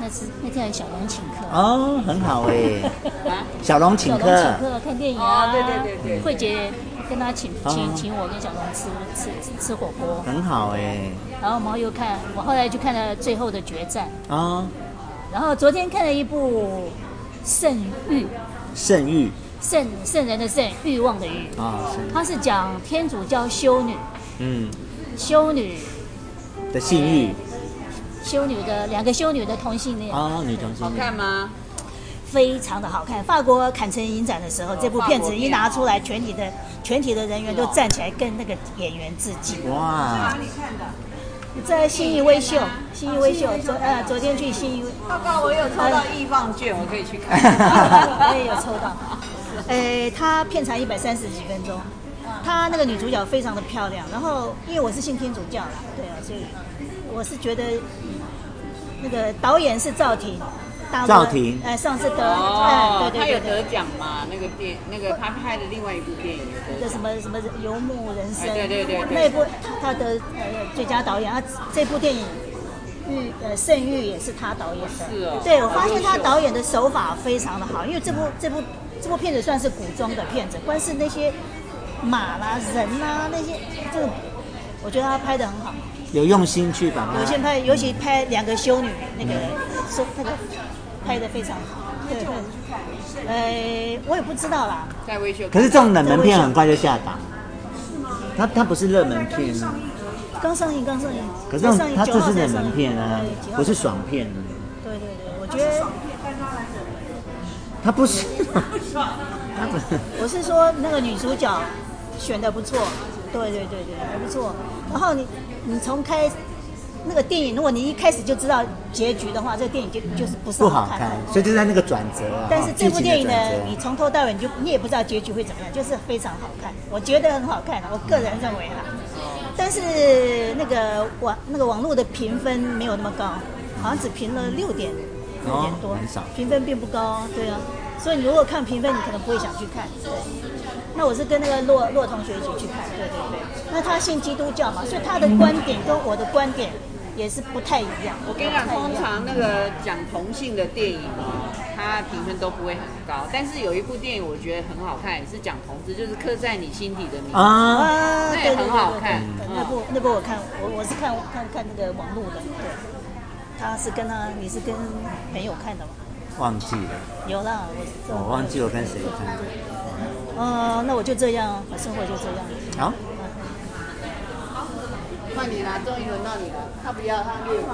那是那天有小龙请客
哦，很好哎，
啊，
小龙请
小龙
客
请，客看电影啊，
哦对对对对
慧姐跟他请
哦
请请我跟小龙吃吃吃火锅，
很好哎，
然后我们又看，我后来就看了最后的决战，
啊，
然后昨天看了一部《圣欲》，
圣域
圣圣人的圣，欲望的欲，
啊，圣域
它是讲天主教修女，
嗯
修女
的性欲
修女的两个修女的同性恋，
啊，女同性恋，
吗？
非常的好看。法国坎城影展的时候，
哦
这部片子一拿出来，全体的全体的人员都站起来跟那个演员致敬。
哇，
在信义微秀，信义微秀，昨呃昨天去信义微，
报告，我有抽到
哎
易放券，我可以 去看。
我也有抽到。 呃，它片长一百三十几分钟，她那个女主角非常的漂亮。然后因为我是信天主教啦，对啊，所以我是觉得那个导演是赵婷，大陆的
赵婷
呃，上次得，
哦
哎，对
他有
对对
得
对。
奖嘛？那个电，那个他拍的另外一部电影有
的
得
什
奖。
么什么游牧人生，
哎对对对对
那部他的呃最佳导演，他这部电影《玉呃圣域》也是他导演的。
是哦
对，我发现他导演的手法非常的好，因为这部这部这部片子算是古装的片子，光是那些马啦、人啦那些，这个我觉得他拍的很好。
有用心去把
有些
它，
拍，尤其拍两个修女，那个说那个拍的非常好。对对。呃，我也不知道啦。
在微秀。
可是这种冷门片很快就下档，它它不是热门片啊，
刚上映，刚上映。
可是这
刚上
种
映
它
9
这
号
是
才
冷
上
门
映
片啊
对9，号
不是
才
爽片啊，
对对对，我觉得
它不是，它不是，
我是说那个女主角选的不错，对对对对，还不错。然后你你从开那个电影，如果你一开始就知道结局的话，这个电影就就是不是
不好
看
看，。所以就是在那个转折啊，
但是这部电影
剧情
呢
的，转
你
折
从头到尾你就你也不知道结局会怎么样，就是非常好看，我觉得很好看，我个人认为啦。
哦
但是那个网那个网络的评分没
嗯
有那么高，好像只评了六点六点
哦
多
很少，
评分并不高，对啊。所以你如果看评分，你可能不会想去看。对，那我是跟那个骆骆同学一起去看，对对对。那他信基督教嘛，所以他
嗯
的观点跟我的观点也是不太一样。
我跟你讲，通常那个讲同性的电影，啊它评分都不会很高。但是有一部电影我觉得很好看，也是讲同志，就是刻在你心底的名字，
啊，
那
对
也
对对
很好看。
对
嗯
那部那部我看，我我是看看看那个网络的，对。他是跟他，你是跟朋友看的吗？
忘记了，
有啦，我这
我忘记我跟谁看的。
呃，那我就这样，我生活就这样。
啊
好，
换你啊啦，终于轮到你了。他不要，他略过。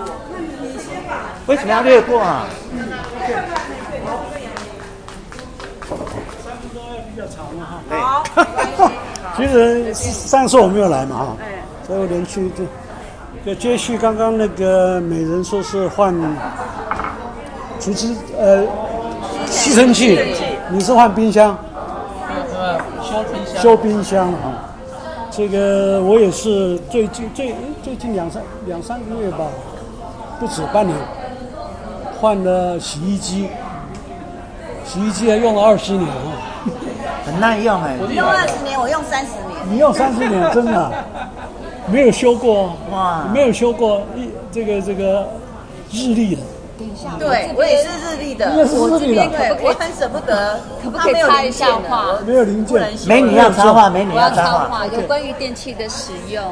为什么要略过啊？
好，其实上次我没有来嘛
哦
哈，所以我连续就就接续刚刚那个美人说是换除湿呃吸尘器，你是换冰箱
呃，修冰箱，
修冰箱哈、这个我也是最近最最近两三两三个月吧，不止半年，换了洗衣机，洗衣机还用了二十年啊。
很耐用哎、
用二十年，我用三十年。
你用三十年真的啊 没有修过
哇
没有修过一这个这个日历的，
对，我也是日历的
你也是日历的
我这边对，我很舍不得，可
不可以插一下话
没有零件，
美女要插话，美女
我要
要插
插
话。
话，有关于电器的使用，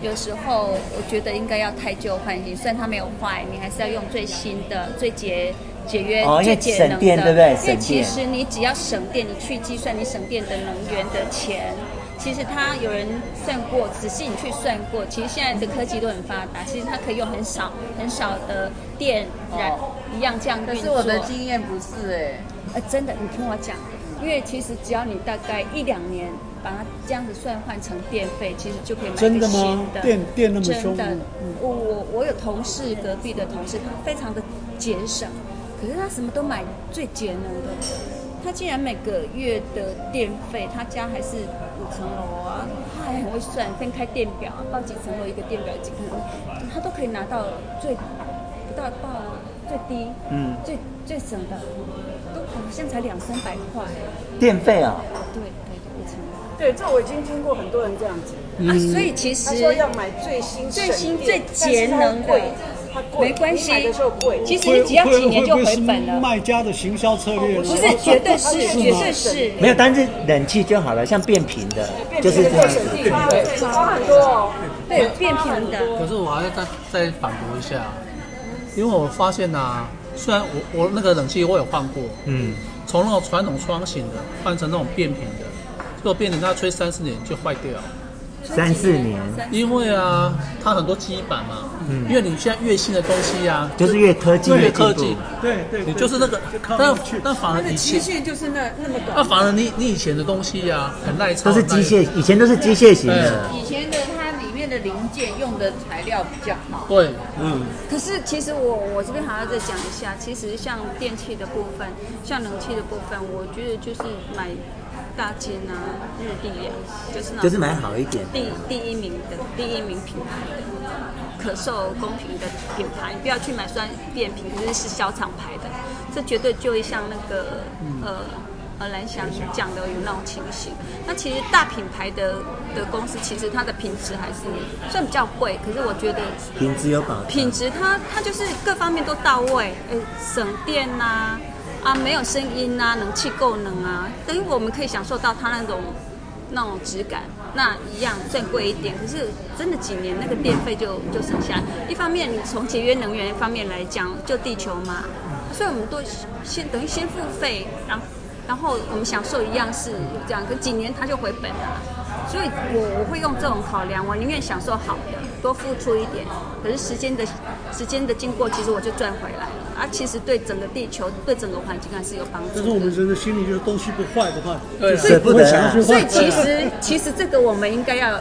有时候我觉得应该要汰旧换新，虽然它没有坏，你还是要用最新的、最节节约、
哦因为
最节能的。
省电对不对
因为
省
其
电
实你只要省电，你去计算你省电的能源的钱。其实它有人算过，仔细你去算过，其实现在的科技都很发达，其实它可以用很少很少的电燃、一样这样运
哦可
作。
是我的经验不是哎、
呃，真的，你听我讲，因为其实只要你大概一两年把它这样子算换成电费，其实就可以买
真
一
的
个
吗
新的。
电电那么
真
凶
的
嗯，
我我我有同事隔壁的同事，他非常的节省，可是他什么都买最节能的。他竟然每个月的电费，他家还是五层楼啊，他还很会算，分开电表啊，报几层楼一个电表几层楼，他都可以拿到最不到报最低，
嗯
最最省的，都好像才两三百块，
电费啊，
对对，就五层楼。
对，这我已经听过很多人这样子，
啊，所以其实
他说要买最新
最新
省
最
电
节能
但是它贵
的，
它贵，
没关
你买
系
的时候贵，，
其实
会
你只要几
会
年
会
就
不会
回
是
本了，
卖家的行销策略呢？
不是绝对是
是吗
绝对是。
没有，但是冷气就好了，像变频的，就
就是
这
是最
样
省
子。
电，差很多哦。
对，变频的。
可是我还要再再反驳一下，因为我发现呐、虽然我我那个冷气我有换过，
嗯，
从那种传统窗型的换成那种变频的，结果变频它吹三十年就坏掉，
三四年
因为啊它很多基板嘛，
嗯
因为你现在越新的东西啊，
就是越科技
越
越
科
进
技
步。，
对对，
你
对
就是那个
就，靠
但
不去
但反而以前，
限就是那那么短
那反而你你以前的东西呀、很耐操，
都是
很耐
机械，以前都是机械型的，
以前的它里面的零件用的材料比较好，
对，
嗯，
可是其实我我这边还要再讲一下，其实像电器的部分，像冷气的部分，我觉得就是买大金啊、日立啊，就是那种
就是买好一点。
第第一名的第一名品牌的可售公平的品牌，你不要去买虽然变品，可是是小厂牌的，这绝对就会像那个
嗯
呃呃蓝翔讲的有那种情形。那其实大品牌的的公司，其实它的品质还是虽然比较贵，可是我觉得
品质有保障
品质它它就是各方面都到位，呃，省电呐、啊，没有声音呐、冷气够冷啊，等于我们可以享受到它那种那种质感。那一样再贵一点，可是真的几年那个电费就就省下来。一方面，你从节约能源方面来讲，就地球嘛，所以我们都先等于先付费，然后然后我们享受一样是有这样，可几年它就回本了、所以我我会用这种考量，我宁愿享受好的，多付出一点。可是时间的时间的经过，其实我就赚回来了。啊，其实对整个地球、对整个环境还是有帮助的。
但是我们人的心里就是东西不坏的话，
对啊
就是
舍不得啊
想要去
所
换
以其实其实这个我们应该要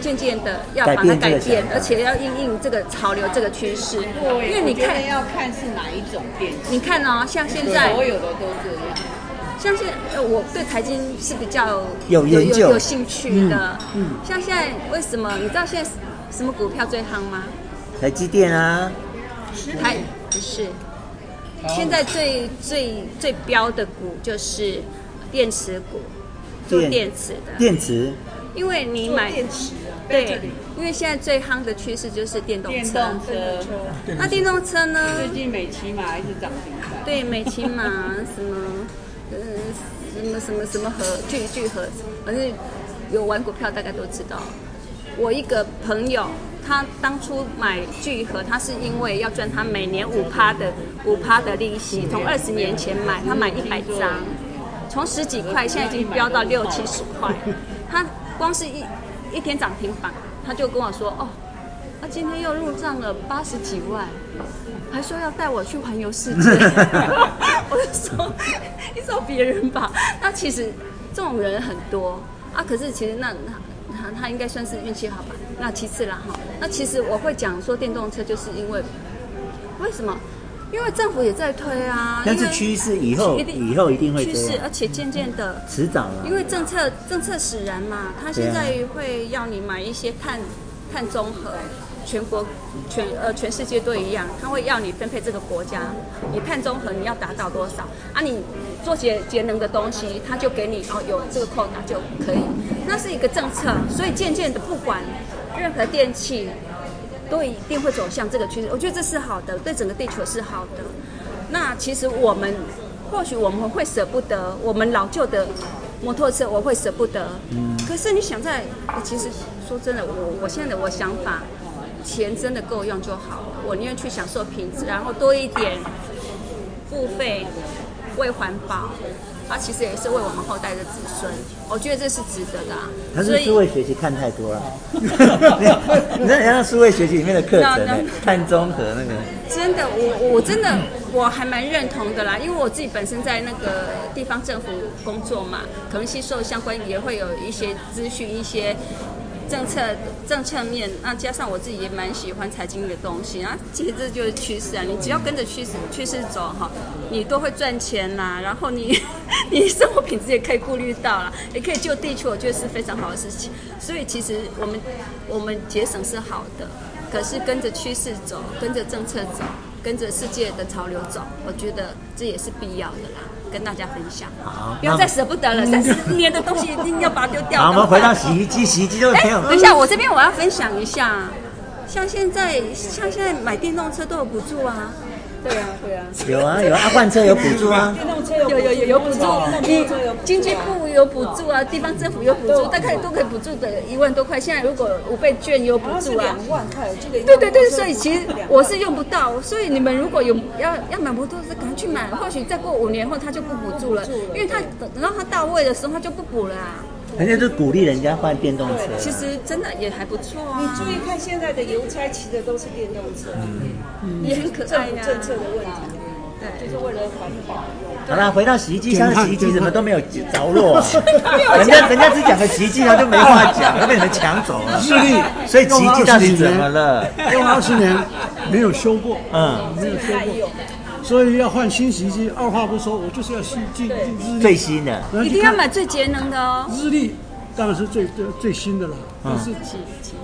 渐渐的要把它
改变这
改
个
变
想，法
而且要应应这个潮流、这个趋势。因为你看，
要看是哪一种电器，
你
啊
看哦，像现在
所有的都这样。
像现在呃，我对财经是比较
有研究嗯
有有兴趣的。像现在为什么你知道现在什么股票最夯吗？
台积电啊，
台不是现在最最最标的股就是电池股，做
电
电池的。
电池，
因为你
做
买
电池的在这
对
里，
因为现在最夯的趋势就是电动车。
电动车
那电动车呢？
最近美骑马一直涨停板。
对，美琪玛 什么，呃，什么什么什么和聚聚合，反正有玩股票大概都知道。我一个朋友，他当初买聚合，他是因为要赚他每年五趴的五趴的利息，从二十年前买，他买一百张，从十几块现在已经飙到六七十块，他光是一一天涨停板，他就跟我说哦。他今天又入账了八十几万，还说要带我去环游世 界。我就说，你找别人吧。那其实这种人很多啊，可是其实那那他他应该算是运气好吧？那其次啦哈，那其实我会讲说电动车，就是因为为什么？因为政府也在推啊，
但是
因为
趋势以后
一定
以后一定会
趋
这
势，
样，
而且渐渐的。
迟早啊了
因。为政策政策使然嘛，他现在会要你买一些碳碳中和，全国全呃全世界都一样，他会要你分配这个国家，你碳中和你要达到多少啊？你做节节能的东西，他就给你哦有这个扣打就可以，那是一个政策，所以渐渐的不管任何电器都一定会走向这个趋势，我觉得这是好的，对整个地球是好的。那其实我们或许我们会舍不得我们老旧的摩托车，我会舍不得。可是你想在，其实说真的，我我现在的我想法，钱真的够用就好，我宁愿去享受品质，然后多一点付费为环保，它其实也是为我们后代的子孙，我觉得这是值得的、啊。
他
所
是
以
数位学习看太多 了， 你看像数位学习里面的课程
那
呢
那，
碳中和那个，
真的，我我我真的我还蛮认同的啦，因为我自己本身在那个地方政府工作嘛，可能吸收相关也会有一些资讯、一些政策政策面，那加上我自己也蛮喜欢财经的东西，然后其实这就是趋势啊，你只要跟着趋势趋势走哈，你都会赚钱啦，然后你 你生活品质也可以顾虑到啦，也可以救地球，我觉得是非常好的事情。所以其实我们我们节省是好的，可是跟着趋势走，跟着政策走，跟着世界的潮流走，我觉得这也是必要的啦。跟大家分享，
好
不要
那
再舍不得了，三十 年的东西一定要把它丢掉。
好，我们回到
干嘛
洗衣机，洗衣机都
哎
没有。
等一下，我这边我要分享一下，像现在像现在买电动车都有补助啊，
对啊，对啊。
有啊有啊，换车有补助 啊，
电动车
有有有有补助，
电动车有补助啊
经济部有补助啊，地方政府有补助，大概都可以补助个一万多块。现在如果五倍券有补
好像哦是
助啊。
两万哦块，我记得。
对对对，所以其实我是用不到，所以你们如果有要要买摩托车，赶快去买，或许再过五年后它就不补助了，因为它等等到它到位的时候它就不补了啊。
人家就鼓励人家换电动车啊。
其实真的也还不错啊，
你注意看现在的邮差骑的都是电动车，
嗯
嗯也很可
政
爱呀、
府政策的问题，
对
就是为了环保。
好啦，回到洗衣机，像洗衣机怎么都没有着落 啊、
有
人家人家只讲个洗衣机，他就没话讲，他被你们抢走了。
势力
所以洗衣机到底怎么了？
用二十年没有修过，
嗯，
没有修过，所以要换新洗衣机。二话不说，我就是要洗进日
最
历，
新的，
然后
一
就
定要
看
买最节能的哦。
日历，当然是最最最新的了，但是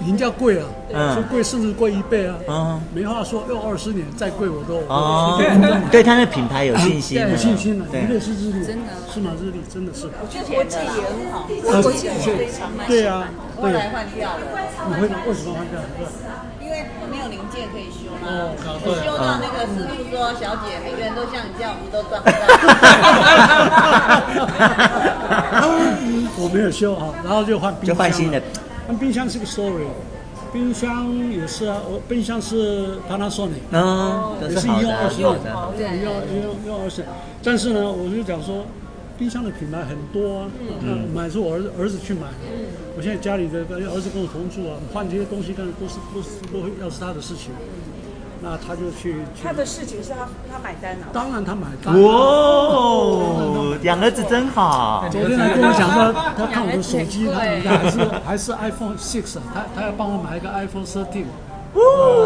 人家贵啊，
嗯
说贵甚至贵一倍
嗯
啊，没话说，用二十年再贵我都
哦
我都随便，
对他的品牌有信心了，
有信心了，
对
一定是日历，真的是吗？日历真的是，
就国际也很
呃
好，
国际对啊，
后
对，
来换 掉哦了，
你会为什么会这样？对
因为没有零件可以修嘛
哦。搞
我
对
修到那个师傅说：“小姐，每个人都像你这样，我们都赚不到。
我没有修啊，然后就换冰箱
就
了
换新的。
换冰箱是个 story，冰箱也是啊，我冰箱是 Panasonic，
嗯，都
也
是
是
好
一
的
用
啊
二，十
好
用，
的啊。
一用一用一用二十，但是呢，我就讲说，冰箱的品牌很多啊，那
嗯
买是我儿子儿子去买的，我现在家里的呃儿子跟我同住啊，换这些东西当然都是都是都会要是他的事情，那他就去去
他，的事情是他他买单了。
当然他买单啊。
哇，养哦儿子真好。
昨天来跟我讲说，哦他看我的手机，他怎么样？还是还是 iPhone Six，啊他他要帮我买一个 iPhone Thirteen，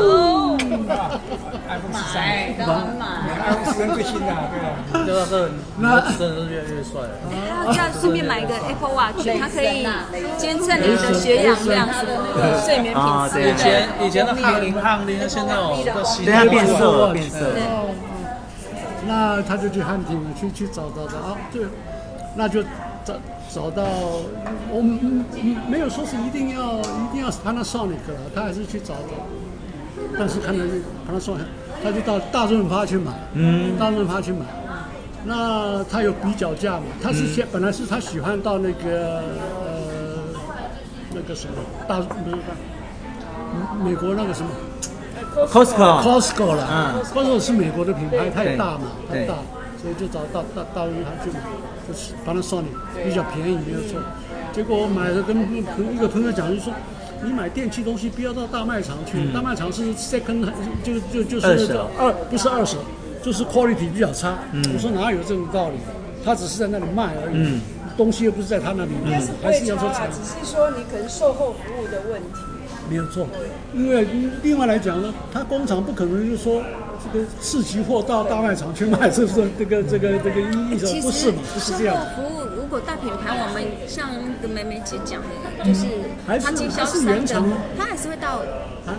哦
iPhone 十三，
干嘛买？
iPhone 十三最新的啊，对啊，
对啊，这那真的是越来越帅啊哦了。
然后这样顺便买一个 Apple Watch，它
啊
可以监测你的血氧量、什么睡眠
啊，
品质。
对
以
啊，
前以前的翰林翰林，现在哦，
对
现
他
在啊
变色了，变色了。
那他就去汉庭去去找找找啊，对，那就找找到我们嗯嗯没有说是一定要一定要 Panasonic 了，他还是去找找，但是看到 Panasonic，他就到大润发去买，
嗯
大润发去买。那他有比较价嘛？他是先、本来是他喜欢到那个呃那个什么大不是大美国那个什么
Costco
Costco 了，
嗯
Costco 是美国的品牌，太
对
大嘛，太
对
大，所以就找大大大润发去买，就是帮他算你比较便宜没有错。结果我买了跟朋一个朋友讲，就说你买电器东西不要到大卖场去，
嗯
大卖场是 second 就就就是
二
那
手
个二不是二手，就是 quality 比较差。
嗯
我说哪有这种道理？他只是在那里卖而已，
嗯
东西又不是在他那里
应该
卖，
是不
还
会
是要
差
说
啦
产，
只是说你可能售后服务的问题。
没有错，因为另外来讲呢，他工厂不可能就说这个市集货到大卖场去卖，是不是？这个这个这个一一种
其
不是
实
嘛？不是
售
这样
后
的，
服务，如果大品牌，我们像那个梅梅姐讲的，就是
嗯还是
它经销
还是
商
原厂
的，它还是会到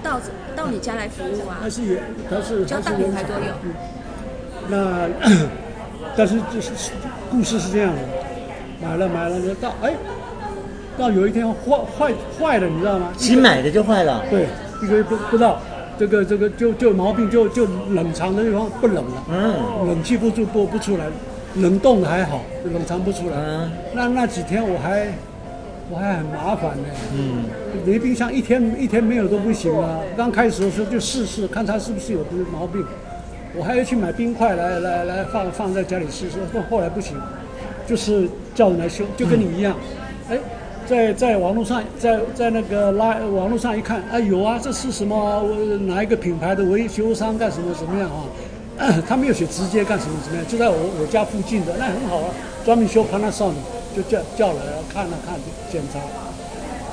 到到你家来服务啊
还。是原还是
只要
还是
大品
原
牌
厂
都有。
嗯那 但是就是故事是这样的，买了买了，到哎，到有一天坏坏坏了，你知道吗？
新买的就坏了，
对，一个月不不到，这个这个就就毛病就就冷藏的地方不冷了，
嗯
冷气不住不不出来，冷冻的还好，冷藏不出来。
嗯
那那几天我还我还很麻烦呢、
嗯，
没冰箱一天一天没有都不行啊。刚开始的时候就试试看它是不是有不是毛病，我还要去买冰块来来来放放在家里试试，但后来不行，就是叫人来修，就跟你一样，哎、在在网络上在在那个拉网络上一看啊有啊，这是什么啊、我哪一个品牌的维修商干什么什么样啊？ 他没有写直接干什么什么样，就在我我家附近的，那很好啊，专门修 Panasonic，就叫叫来了看了看检查，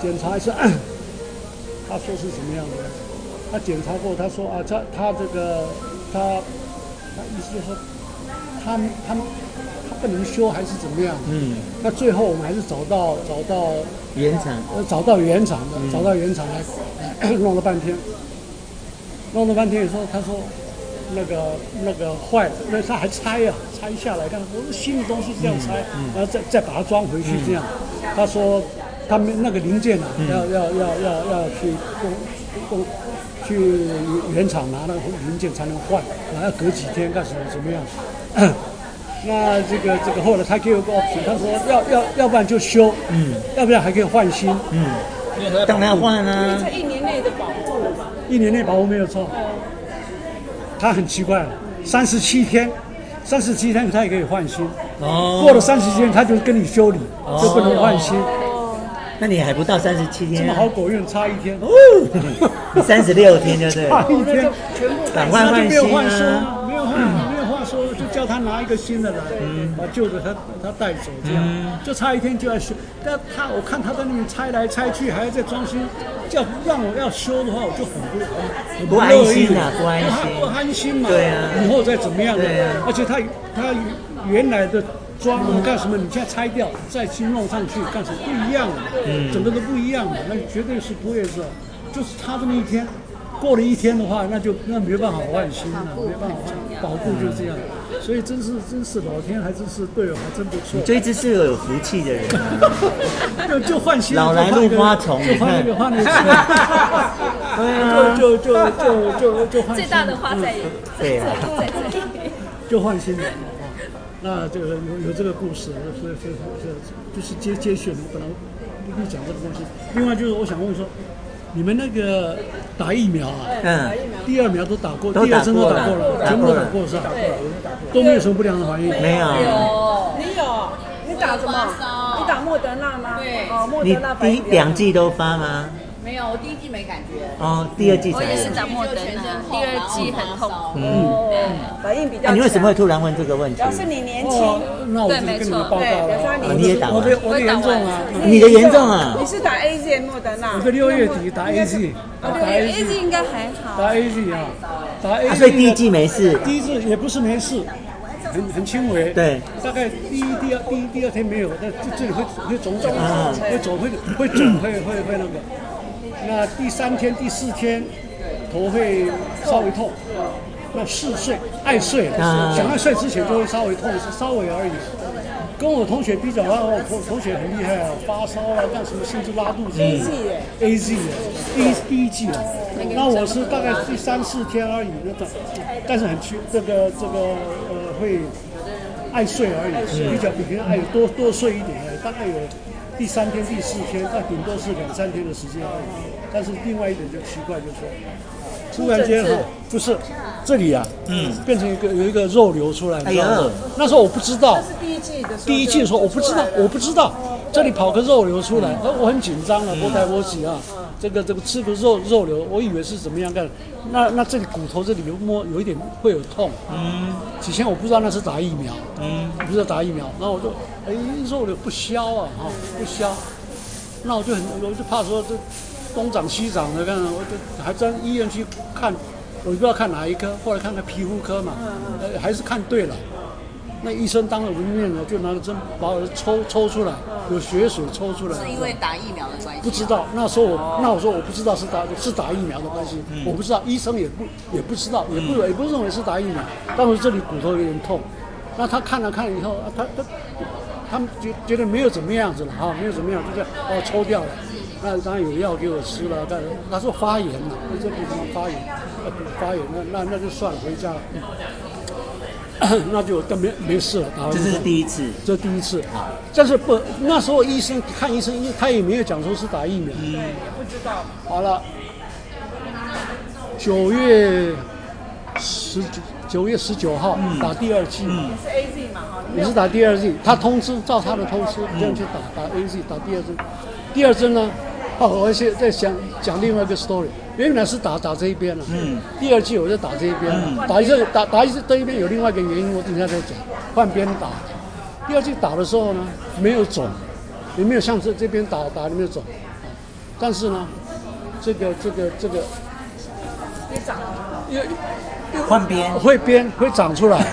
检查一下， 他说是什么样的？他检查过，他说啊，他他这个他他意思就是说他他他不能修还是怎么样？
嗯，
那最后我们还是找到找到
原厂，
呃找到原厂的，
嗯
找到原厂来、 弄了半天，弄了半天以后，他说那个那个坏了，那他还拆啊，拆下来看，我说新的东西这样拆，
嗯
然后再再把它装回去这样。他说他们那个零件啊，
嗯
要要要要要去供供去原厂拿那个零件才能换，然后要隔几天干什么怎么样？那这个这个后来他给我个 option，他说要要要不然就修，
嗯
要不然还可以换新，
嗯，当然要换啊，
在一年内的保护呃嘛，
一年内把握没有错。他很奇怪，三十七天，三十七天他也可以换新，
哦
过了三十天他就跟你修理，就不能换新。
那你还不到三十七
这
天
么
啊
好，狗运差一天，哦
你 三十六天就对
差
了，
一天，
赶快
那就
换
没有
新
话说
啊，
了，没有话没有话说，就叫他拿一个新的来，把旧的他他带走，这样就差一天就要修。但他我看他在那边拆来拆去，还要再装新，叫让我要修的话，我就很不很
不安心啊不安心
不安心嘛，
对啊
以后再怎么样呢
对啊
而且他他原来的。装了干什么？你现在拆掉，再新弄上去干什么？不一样了，
嗯
整个都不一样了，那绝对是不会是，就是差这么一天，过了一天的话，那就那没办法换新了，没办法换，保护就这样。所以真是真是老天还真是对我还真不错
你，这一只是有福气的人 啊，
就就换新
老来
就换一个
入花丛
就换一个
你看
换一个，就就就就就就换
最
新
大的花在
对啊，
在这里。
就换新的。啊那这个有有这个故事，所以所以所以就是接接续，我本来不必讲这个东西。另外就是我想问说，你们那个打疫苗啊，
嗯，
第二苗都打过，
都
第二针都
打
打
过
过
了
了，全部都
打
打
过
过是吧？都没有什么不良的反应。
没有，
你有？你打什么？你打莫德纳吗？
对
哦，莫
你
德纳白
第
疫苗
两季都发吗？
没有，我第一季没感觉，
哦，第二季
我
才
也是
有。
打莫德
啊
纳，第二季很痛。
嗯，
反应比较
那
强。
哎你为什么会突然问这个问题
表？示你年轻，
哦，那我就跟你们报告
对，表示
了啊。
他
哦
年
你也
轻。
打
我
完
的我的严重啊，
你的严重啊
你是打 A Z 还是莫德啊纳？
我的六月底打 A Z，打
哦六
A
月哎
Z，
A 季应该还好，
打 A Z 啊，打 A
啊
Z。
所以第一季没事。
第一次也不是没事，很很轻微。
对，
大概第一、第二、第一、第二天没有，但这这里会会肿肿，
啊
会肿会会肿会会会那个。那第三天、第四天，头会稍微痛，那嗜睡、爱睡，
啊
想要睡之前就会稍微痛，稍微而已。跟我同学比较啊，我同同学很厉害啊，发烧啊，干什么甚至拉肚子。
嗯
A Z 的，第一第一季的，那我是大概第三四天而已，那个，但是很缺这个这个呃会爱睡而已，
嗯
比较比平常爱多多睡一点，大概有第三天第四天，但顶多是两三天的时间而已。但是另外一点就奇怪，就是突然间哈，不是这里啊，嗯，变成一个有一个肉流出来，你知道
哎
吗
呀？
那时候我不知道，
第一季的时候，
第一季的时候我不知道，我不知道
哦
这里跑个肉瘤出
嗯
来，那我很紧张了，我抬我挤啊，这个这个吃个肉肉瘤，我以为是怎么样干，那那这里骨头这里有摸有一点会有痛，嗯，以前我不知道那是打疫苗，嗯，不知道打疫苗，然后我就哎肉瘤不消啊哈、不消，那我就很我就怕说这东长西长的，看我就还在医院去看，我不知道看哪一科，后来看看皮肤科
嗯
嘛，呃还是看对了。那医生当着我的面呢，就拿个针把我的抽抽出来，有血水抽出来。
是因为打疫苗的关系。
不知道，那时候我那我说我不知道是打是打疫苗的关系，我不知道，医生也不也不知道，也不也不认为是打疫苗。但是这里骨头有点痛，那他看了看以后，啊他他他们觉觉得没有怎么样子了哈、没有怎么样，就这样哦抽掉了。那当然有药给我吃了，但是他说发炎了，这地方发炎，呃发炎，那那那就算了，回家了。那就但没没事了，打完
这是
就
第一次，
啊这第一次啊，但是不那时候医生看医生，他也没有讲说是打疫苗。
嗯
不知道。
好了，九月十九九月十九号、
嗯
打第二剂，
你是 A Z 嘛哈？
也是打第二剂。他通知照他的通知这样去打打 A Z 打第二针，第二针呢，哦，我现在想讲另外一个 story，原来是打打这一边了、嗯，第二剂我就打这一边了，
嗯
打一次打打一次这一边有另外一个原因，我等一下再讲，换边打。第二剂打的时候呢，没有肿，也没有像这这边打打里面肿，啊但是呢，这个这个这个
也长了。
换边
会边会长出来，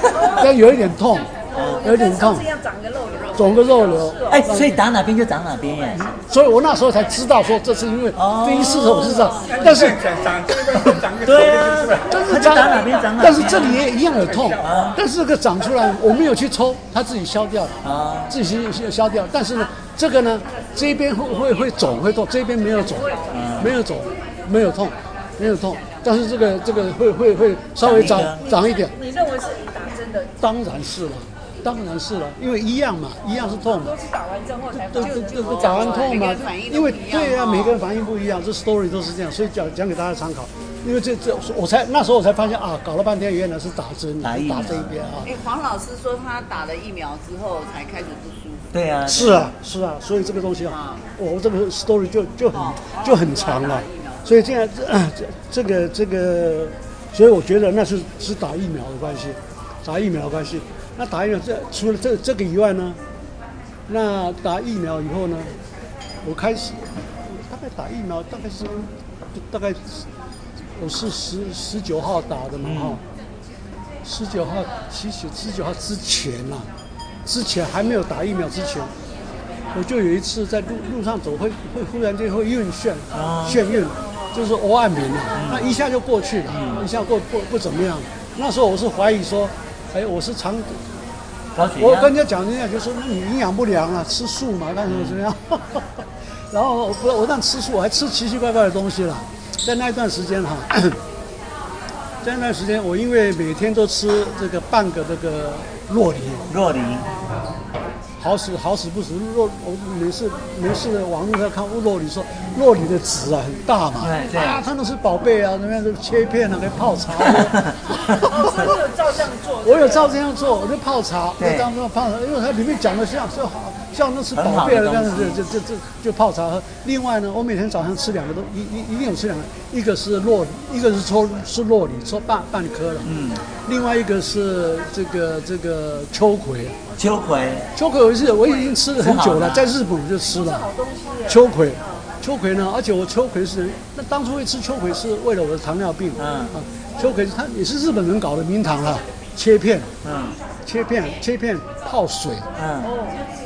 但有一点痛，
哦
有一点
跟
痛
上次，一样长个肉瘤。
肿个肉瘤。
哎，所以打哪边就长哪边哦耶。
所以我那时候才知道说这是因为第一次我是这样，但是
长长这边长个
对啊
出来，
但是
他就打哪边长哪边啊
但是这里也一样有痛，但是这个长出来我没有去抽，它自己消掉
啊
了，自己消掉。但是呢，这个呢，这边会会会肿会痛，这边没有肿，
嗯
没有肿，没有痛，没有痛。但是这个这个会会会稍微长长一点，
你认为是你打针的，
当然是了，当然是了，因为一样嘛，一样是痛嘛
都。是打完针后才
这这这个打完痛嘛，因为对啊， 每个人反应不一样，这 story 都是这样，所以讲讲给大家参考。因为这这，我才那时候我才发现啊，搞了半天原来是打针，
打
打
疫苗
这一边啊。
哎，黄老师说他打了疫苗之后才开始不舒服。
对啊，
是啊，是啊，所以这个东西啊，我这个 story 就就
哦
很就很长了，所以这样 这这个这个，所以我觉得那是是打疫苗的关系，打疫苗的关系。那打疫苗这除了这这个以外呢，那打疫苗以后呢，我开始大概打疫苗大概是大概我是十十九号打的嘛哈。
嗯
十九号，其实十九号之前啊呐、之前还没有打疫苗之前，我就有一次在路路上走会会忽然间会晕眩，眩晕，就是偶尔眠了，那一下就过去了，一下过不不怎么样。那时候我是怀疑说，哎，我是肠，
高血
我
压
跟人家讲，人家就说那你营养不良啊，吃素嘛，干什么怎么样？然后我不我但吃素，我还吃奇奇怪怪的东西了，在那一段时间哈、 在那段时间，我因为每天都吃这个半个这个洛梨，
若琳，
好死好死不死，洛我每次没事的网络上看洛梨说洛梨的籽啊很大嘛，
对对
啊，它那是宝贝啊，那边就切一片啊，给泡茶。
哦，所以你有照这样做。
我 有照这样做，我就泡茶，
对
就当中泡茶，因为它里面讲的像是好像那是宝贝了，
很好
但
的
是
东西
就就就就泡茶喝。另外呢，我每天早上吃两个东，一一一定有吃两个，一个是洛梨，一个是抽是洛梨，抽半半颗了，嗯，另外一个是这个这个秋葵，
秋葵，
秋葵我是我已经吃了很久
吃好
了，
的
在日本我就吃了秋葵。秋葵呢，而且我秋葵是那当初会吃秋葵是为了我的糖尿病。
嗯
啊，秋葵它也是日本人搞啊的名堂了，切片，
嗯
哦
切片，切片泡水，
嗯，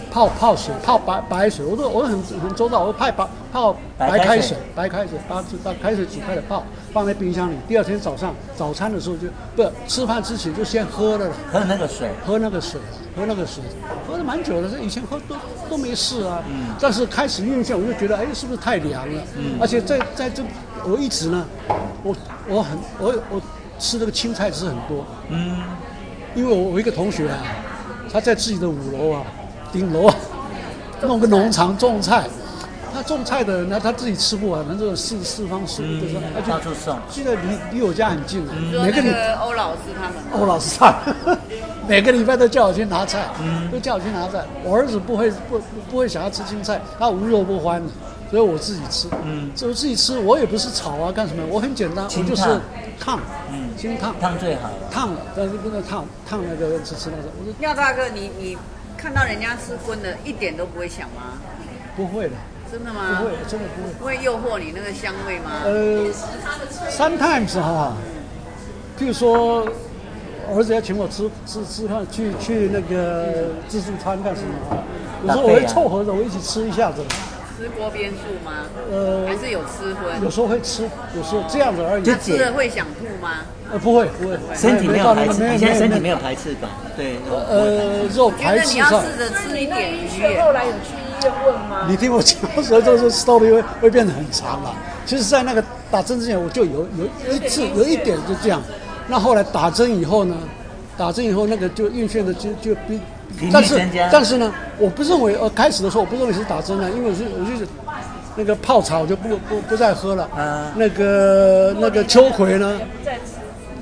泡泡水，泡白白水，我都我很很周到，我泡白泡白开水，白开水，把把开水煮开了泡，放在冰箱里。第二天早上早餐的时候就不吃饭之前就先喝了，
喝那个水，
喝那个水，喝那个水，喝了蛮久了，这以前喝都都没事啊。嗯。但是开始运行，我就觉得哎，是不是太凉了？嗯。而且在在这我一直呢，我我很我我吃这个青菜吃很多。嗯。因为我我一个同学啊，他在自己的五楼啊、顶楼啊，弄个农场种菜。他种菜的，那他自己吃不完，反正四四方食物，就是他
嗯到处送。嗯
现在离离我家很近了，每个
那
礼
个欧老师他们，
欧老师他 每个礼拜都叫我去拿菜，
嗯
都叫我去拿菜。我儿子不会不不会想要吃青菜，他无肉不欢的，所以我自己吃。嗯，所以我自己吃，我也不是炒啊干什么，我很简单，我
清
就是
烫
烫，嗯，先烫，
烫最好了。
烫了，但是不能烫烫那个吃吃那个，我说
廖大哥，你你看到人家吃荤的，一点都不会想吗？
不会的，
真的吗？
不会，真的不会。
不会诱惑你那个香味吗？
呃，sometimes 啊哈，譬如说，儿子要请我吃吃吃饭，去去那个自助餐干什么啊？有时候我会凑合着，我一起吃一下子，
吃锅边素吗？
呃
还是有吃
有
荤？
时候会吃，有时候这样子而已。
就
吃了
解
会想吐吗？
呃，不会不会，
身体没有
到那
排
个
斥，
没有
你现在身体
没
没
有
有排斥感，对，
呃肉
觉
排
得你
斥
要
上。
试着吃一点鱼
那
耶
后来有去医院问吗？
你听我讲，所以这个 story 会会变得很长了。其实，在那个打针之前，我就有有一次有一点就这样。那后来打针以后呢，打针以后那个就晕眩的就就比
频率，
但是
增加
但是呢，我不认为，呃，开始的时候我不认为是打针了，因为我是我就是那个泡茶我就不不不再喝了。
啊
那个那个秋葵呢，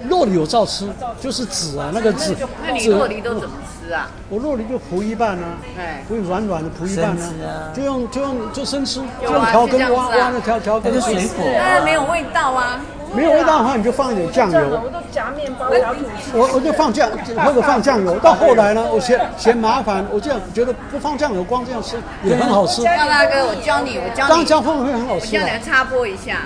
肉里有照吃，就是籽啊，那个籽。
那你
籽
洛梨都怎么吃啊？
我肉里就铺一半呢、
哎
会软软的铺一半呢、
生吃啊
就用就用就生吃，就
有啊
用调羹
就这样
挖
子啊
挖那调调羹
那个，水果
当
哎
然没有味道啊。
没有味道的话你就放一点酱
这样的，
油
我，都夹面包，夹土鸡。
我我就放酱或者放酱油。到后来呢，我嫌嫌麻烦，我这样觉得不放酱油光这样吃也很好吃，
廖大哥，我教你，我教
刚
你，
加放会很好
我
吃啊
教
的
你。来插播一下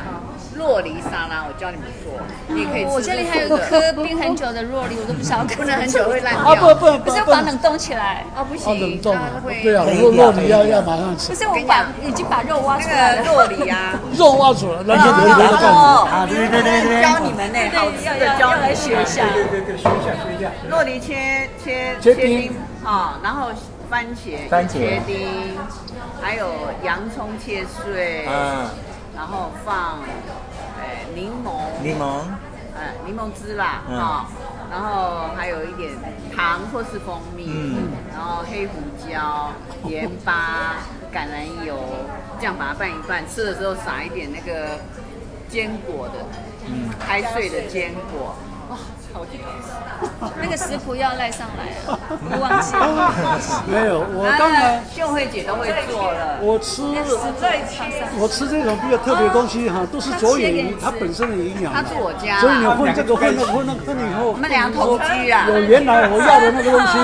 洛梨沙拉，我教你们做，你也可以吃。
哦我这里还有一颗冰很久的若梨，我都不想要
不
啃
能很久会烂
啊不
掉，
不不
不是要
不
把冷冻起来，
哦不
啊
行
冷，冻
它会
对啊，
可以
肉肉
可以
里要
可以
要马上吃
不，是我把已经把肉挖出来
那个
了。
洛 梨啊，
肉挖出来，那
啊
就留留着干什么？
啊，对对对对
教
对，
你们呢，好
对，
吃
要
的
要
教
要
你
来
们。
学一下。
对对对，学一下学一下。
洛梨切切
切丁
丁啊、然后番茄
番茄
切丁，还有洋葱切碎，
啊，
然后放呃柠檬，
柠檬，
呃柠檬汁啦
嗯
啊、然后还有一点糖或是蜂蜜，
嗯
然后黑胡椒、盐巴、橄榄油，这样把它拌一拌，吃的时候撒一点那个坚果的，嗯，拍碎的坚果，哇、好甜。
啊
那个食谱要赖上来 啊，我忘记了。
没有，我当然
秀慧姐都会做了。
我吃
在床上。
我吃这种比较特别的东西哈，都是着眼于它本身的营养
他
嘛。
住我家
所以你
啦，
混这个混那个混那个混了以后
我，们俩同居啊。
有原来我要的那个东 西，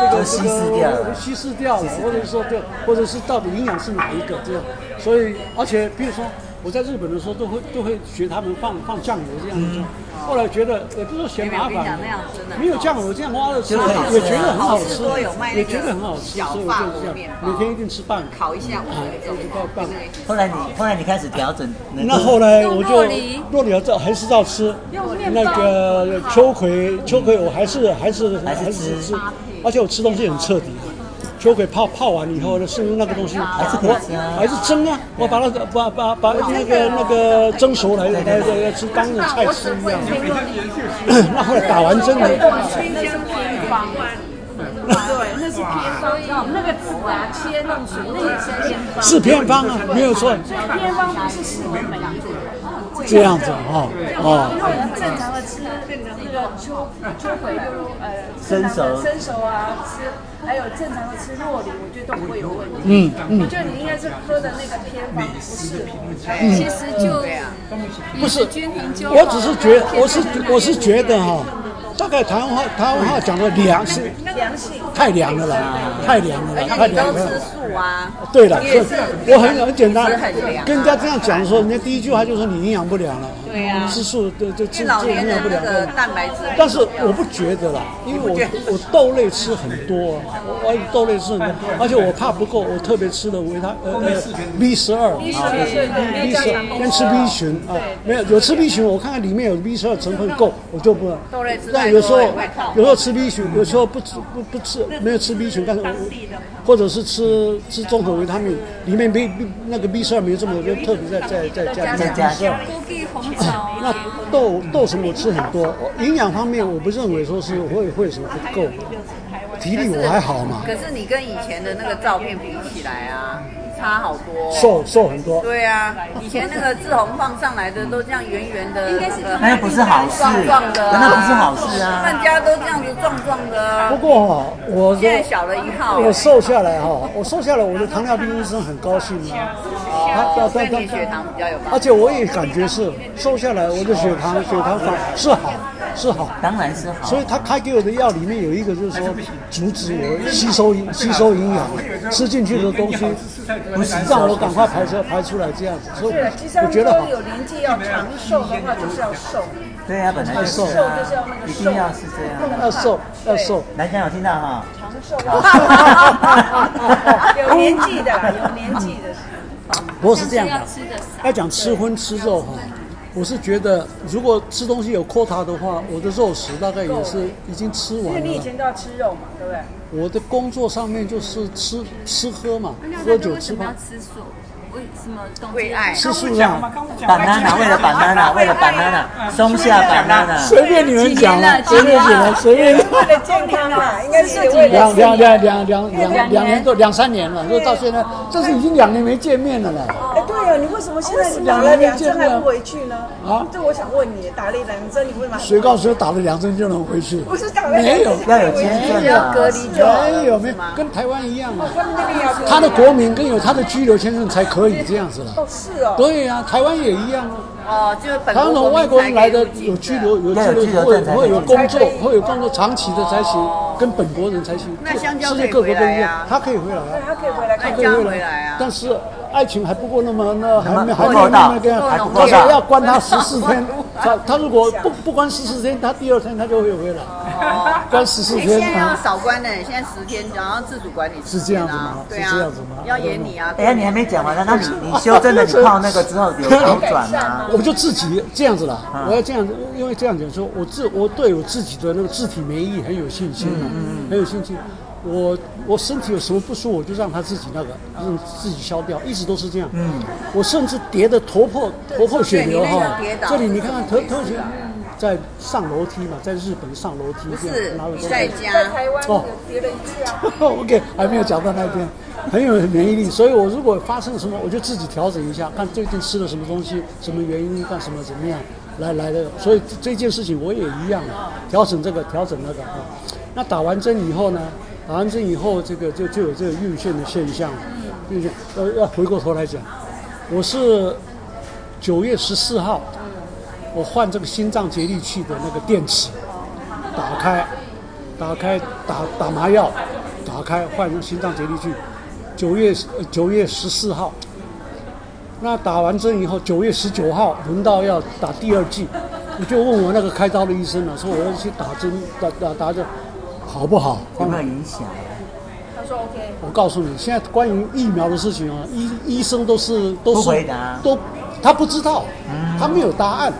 这个
都稀释掉了
这个稀释掉了，或者说对，或者是到底营养是哪一个这样。所以，而且比如说我在日本的时候，都会都会学他们放放酱油这样
嗯
子。后来觉得也不是说嫌麻
因为我跟
烦
你讲那样真的，很
没有酱油这样挖着吃，
就很好吃啊
也觉得很好
好
吃
事多有卖，那个
也觉得很好吃，
小
所以我
法
就
国
这
面
样，
包
每天一定吃半个。
烤一下，我
啊
们
我就到半个。
后来你后来你开始调整那
那
个
后来我就
用糯梨
若你要照还是照吃，那个秋葵秋葵我还是还是
还是吃
吃，而且我吃东西很彻底。秋葵泡泡完以后呢，是那个东西还
是可以吃啊
还是蒸啊，我把那个把把把那个那个蒸熟来
哎
来来来吃当着菜吃一样。 那后来打完针呢，
清香偏方，对，那是偏方，你知道吗那个籽啊切弄水，那也是偏方。
是偏方啊，没有错，
所以偏方不是适合每一个人。
这样子啊哦。
因为我们正常的吃那个秋秋葵，比如呃
生熟
正常的生熟啊，吃还有正常的吃糯米，我觉得都不会有问题。嗯嗯，我觉得你应该是喝的那个偏方不适合。
其实就
嗯不是
均衡就好
我只是觉，我是我是觉得哈、大概台湾话台湾话讲的凉是
良性
太凉了
啊
啦，太凉了啦，太
而且你
凉
都
了
吃
啦。
素啊，
对了，
也
就是我很很简单
吃很，凉啊
跟人家这样讲的时候，人家第一句话就说你营养不良了。对
对啊呀
吃素对对
因为
这
老
这
年
没有
人
不
那
良
个
的。
蛋白质，
但是我不觉得啦，因为
你不觉
我我豆类吃很多啊，我我豆类吃 很多，而且我怕不够，我特别吃的维他呃呃 B 十二啊
医生对对，
，B
你要
十
加
二跟吃 B 群啊，没有有吃 B 群，我看看里面有 B 十二成分够，我就不
豆类吃
但
太
有时
多
候
也会胖
有时候吃 B 群，有时候不吃不不吃没有吃 B 群，但是我或者是吃吃综合维他命，里面 B B 那个 B 十二没有这么多，就特别在在在加
再加掉。
枸杞红枣
那豆豆什么我吃很多，营养方面我不认为说是会会有什么不够，体力我还好嘛，
可是你跟以前的那个照片比起来啊，差好多。
瘦瘦很多。
对啊，以前那个志宏放上来的都这样圆圆的，应该是
那又不是好事，
壮壮的、啊，
那不是好事啊。
大家都这样子壮壮的
不
啊。
过哈、我
现在小了一号，
我瘦下来哈、我瘦下来，我的糖尿病医生很高兴啊。他
身体血糖比较有帮
而
助。
且我也感觉是瘦下来，我的血糖血糖反是好是好，
当然是好
所以，他开给我的药里面有一个就是说阻止我吸收营吸收营养，吃进去的东西不是让我赶快排出排出来这样子，所以
对，其
啊
实
我觉得好
说。有年纪要长寿的话，就是要瘦，
对啊，本来就是啊，一定要是这样。
要瘦要瘦，
南江有听到哈？
长寿。 有年纪的啦，有年纪的。
不过是这样的。
吃的少，
要讲吃荤吃肉哈，我是觉得如果吃东西有 quota 的话，我的肉食大概也是已经吃
因为
完
你以
了。
前都要吃肉嘛，对不对？
我的工作上面就是吃吃喝嘛，喝酒
为
吃
什么要
饭，
吃素？为什么动
为爱
吃素啊
讲嘛
啦，，
刚我讲
banana 为了 banana 为了 banana 松下 banana，
随便你们讲啦，随便
啊
你们随便。
为了健康啦，应该是为了
两两两两两两两年多两三年了，就到现在，这是已经两年没见面了啦。
哎，对啊，你为什么现在打了两针还不回去呢？
啊
这我想问你，打了两针你为什么还不回去？
谁告诉我打了两针就能回去？
不是打了
没有，
要有签证啊。
没有哎没有，跟台湾一
哦
样啊。
他们那边也要隔离
他的国民跟有他的居留签证才可以这样子了。
哦，是哦，
对啊呀、台湾也一样啊。
哦，就是本
台湾
国
从外国人来的有居留，有
要有
居
居
留
留
会
证才
会有
可以
工作，会有工作长期的才行，跟本国人才行。
哦那
这
香
世
蕉可以
界各国
回
都
来
一样
啊，
他可以回来啊，
他可以回来
那
看
他
你
可
这
以
样
回
回来啊
但是爱情还不够那么那还没
那么
还没
还
有
不到
那个
还不
他
够
说
到
要关他十四天，他他如果不不关十四天，他第二天他就会回来，关十四
哎，现
天
在要
啊。
少关呢，现在十天，然后自主管理十
是这样子
天啊
吗，
对啊，
是这样子吗
要演你啊，
哎呀，你还没讲完呢，那你你修正了，你泡那个之后有好转吗？嗯
我就自己这样子啦，我要这样，因为这样讲说，我自我对我自己的那个自体免疫很有信心
嗯
嘛，很有信心。我我身体有什么不舒服，我就让他自己那个，让自己消掉，一直都是这样。嗯，我甚至跌得头破头破血流
对你那个
哈
跌倒，
这里你看看头头血，在上楼梯嘛，在日本上楼梯
不
这
是
样，哪有
你
多
在
少
家
在台湾
哦
别人去啊，
OK，还没有讲到那边，很有免疫力，所以我如果发生什么，我就自己调整一下，看最近吃了什么东西，什么原因，干什么怎么样，来来的。所以这件事情我也一样啊，调整这个，调整那个啊。那打完针以后呢？打完针以后，这个就就有这个晕眩的现象，
嗯
晕眩。呃，要回过头来讲，我是九月十四号，我换这个心脏节律器的那个电池，打开，打开打打麻药，打开换成心脏节律器。九月呃九月十四号，那打完针以后，九月十九号轮到要打第二剂，我就问我那个开刀的医生了，说我要去打针打打打针，好不好？
有没有影响？啊
他说 OK，
我告诉你，现在关于疫苗的事情啊，医医生都是都是
不回答嗯
都他不知道，他没有答案，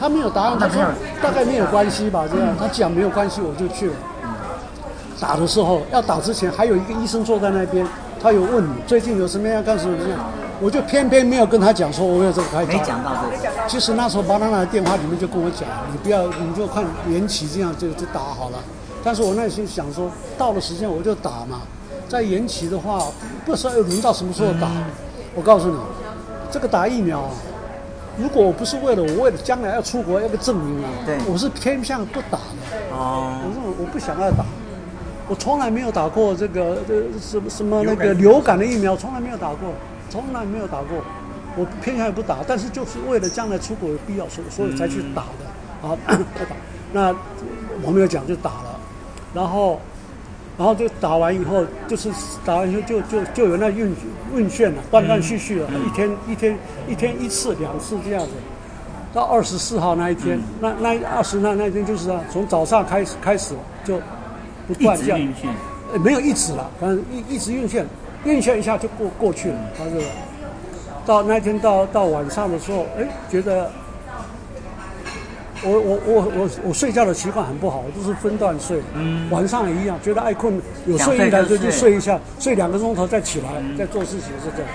他没有答案，
那
他
没
说
有
大概没有关系吧，这样他讲没有关系，我就去了。打的时候要打之前，还有一个医生坐在那边，他有问你最近有什么样干什么这样，我就偏偏没有跟他讲说我有这个开
没
刀。
讲到这个，
其实那时候巴拿拿的电话里面就跟我讲，你不要，你就看延期这样就就打好了。但是我那时候想说，到了时间我就打嘛，再延期的话，不知道要轮到什么时候打。
嗯
我告诉你，这个打疫苗啊，如果我不是为了我为了将来要出国要个证明啊，
对
我是偏向不打的，我
哦，
认为我不想要打。我从来没有打过这个呃什么什么那个流感的疫苗，从来没有打过，从来没有打过。我偏向于不打，但是就是为了将来出国有必要，所以所以才去打的。啊，不打。那我没有讲就打了，然后然后就打完以后，就是打完以后就就就有那晕晕眩了，断断续续了，一天一天一天一次两次这样子。到二十四号那一天，那那二十那那一天就是啊，从早上开始开始啊就不断
一直
这
哦
样
运线，
呃没有一直了，反正一一直运线，运线一下就过过去了，他是到那天到到晚上的时候，哎，觉得我我我我我睡觉的习惯很不好，我都是分段睡，晚上也一样，觉得爱困，有睡意的时候就睡一下，睡两个钟头再起来，再做事情是这样。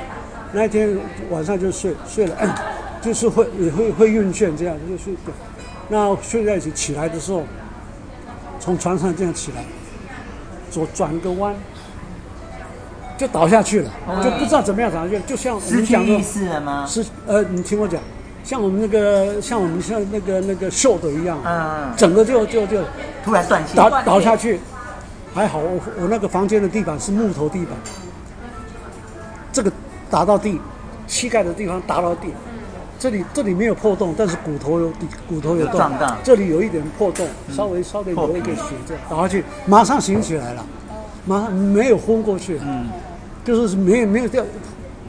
那一天晚上就睡睡了，哎就是会也会会晕眩这样就睡觉。那睡在一起起来的时候，从床上这样起来，左转个弯，就倒下去了，就不知道怎么样倒下去，就像我
哦失
们
去
讲的
意。识了吗？
是呃，你听我讲，像我们那个，像我们像那个那个秀的一样，
嗯
整个就就就
突然断线，
倒倒下去。还好我我那个房间的地板是木头地板，这个打到地，膝盖的地方打到地，这里这里没有破洞，但是骨头有底，骨头有
有
洞
撞到，嗯
这里有一点破洞，稍微稍微
哦
破
流一
皮
个血，这样倒下去，马上醒起来了，马上没有昏过去，
嗯，
就是没有没有掉，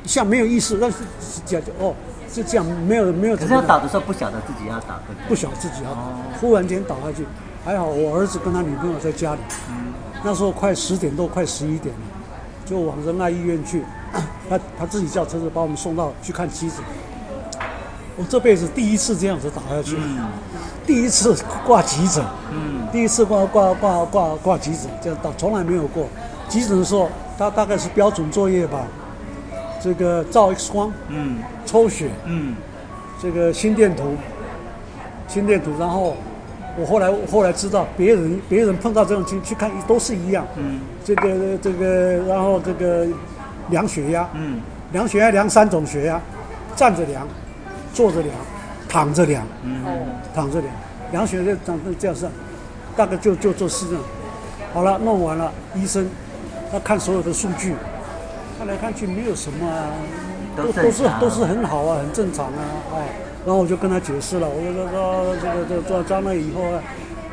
像没有意识，但是讲哦，就这样，没有没有
可
怎
是
么样
要倒的时候不晓得自己要倒，对不对？
不晓得自己要忽然间倒下去。还好我儿子跟他女朋友在家里，那时候快十点多，快十一点了，就往仁爱医院去， 他他自己叫车子把我们送到去看妻子。我这辈子第一次这样子倒下去，第一次挂急诊，
嗯
第一次挂挂挂挂挂急诊，这样倒从来没有过。急诊的时候，他大概是标准作业吧，这个照 X 光，
嗯
抽血，
嗯，
这个心电图，心电图，然后我后来我后来知道别人别人碰到这种情去看都是一样，嗯，这个这个然后这个量血压，
嗯，
量血压量三种血压，站着量，坐着量，躺着量，嗯，躺着量，量血压长这样上，大概就就做四种，好了，弄完了，医生他看所有的数据，看来看去没有什么啊，
都
都都
正
是
常
都是很好啊，很正常啊，哎，然后我就跟他解释了，我就说说这个这个做到那以后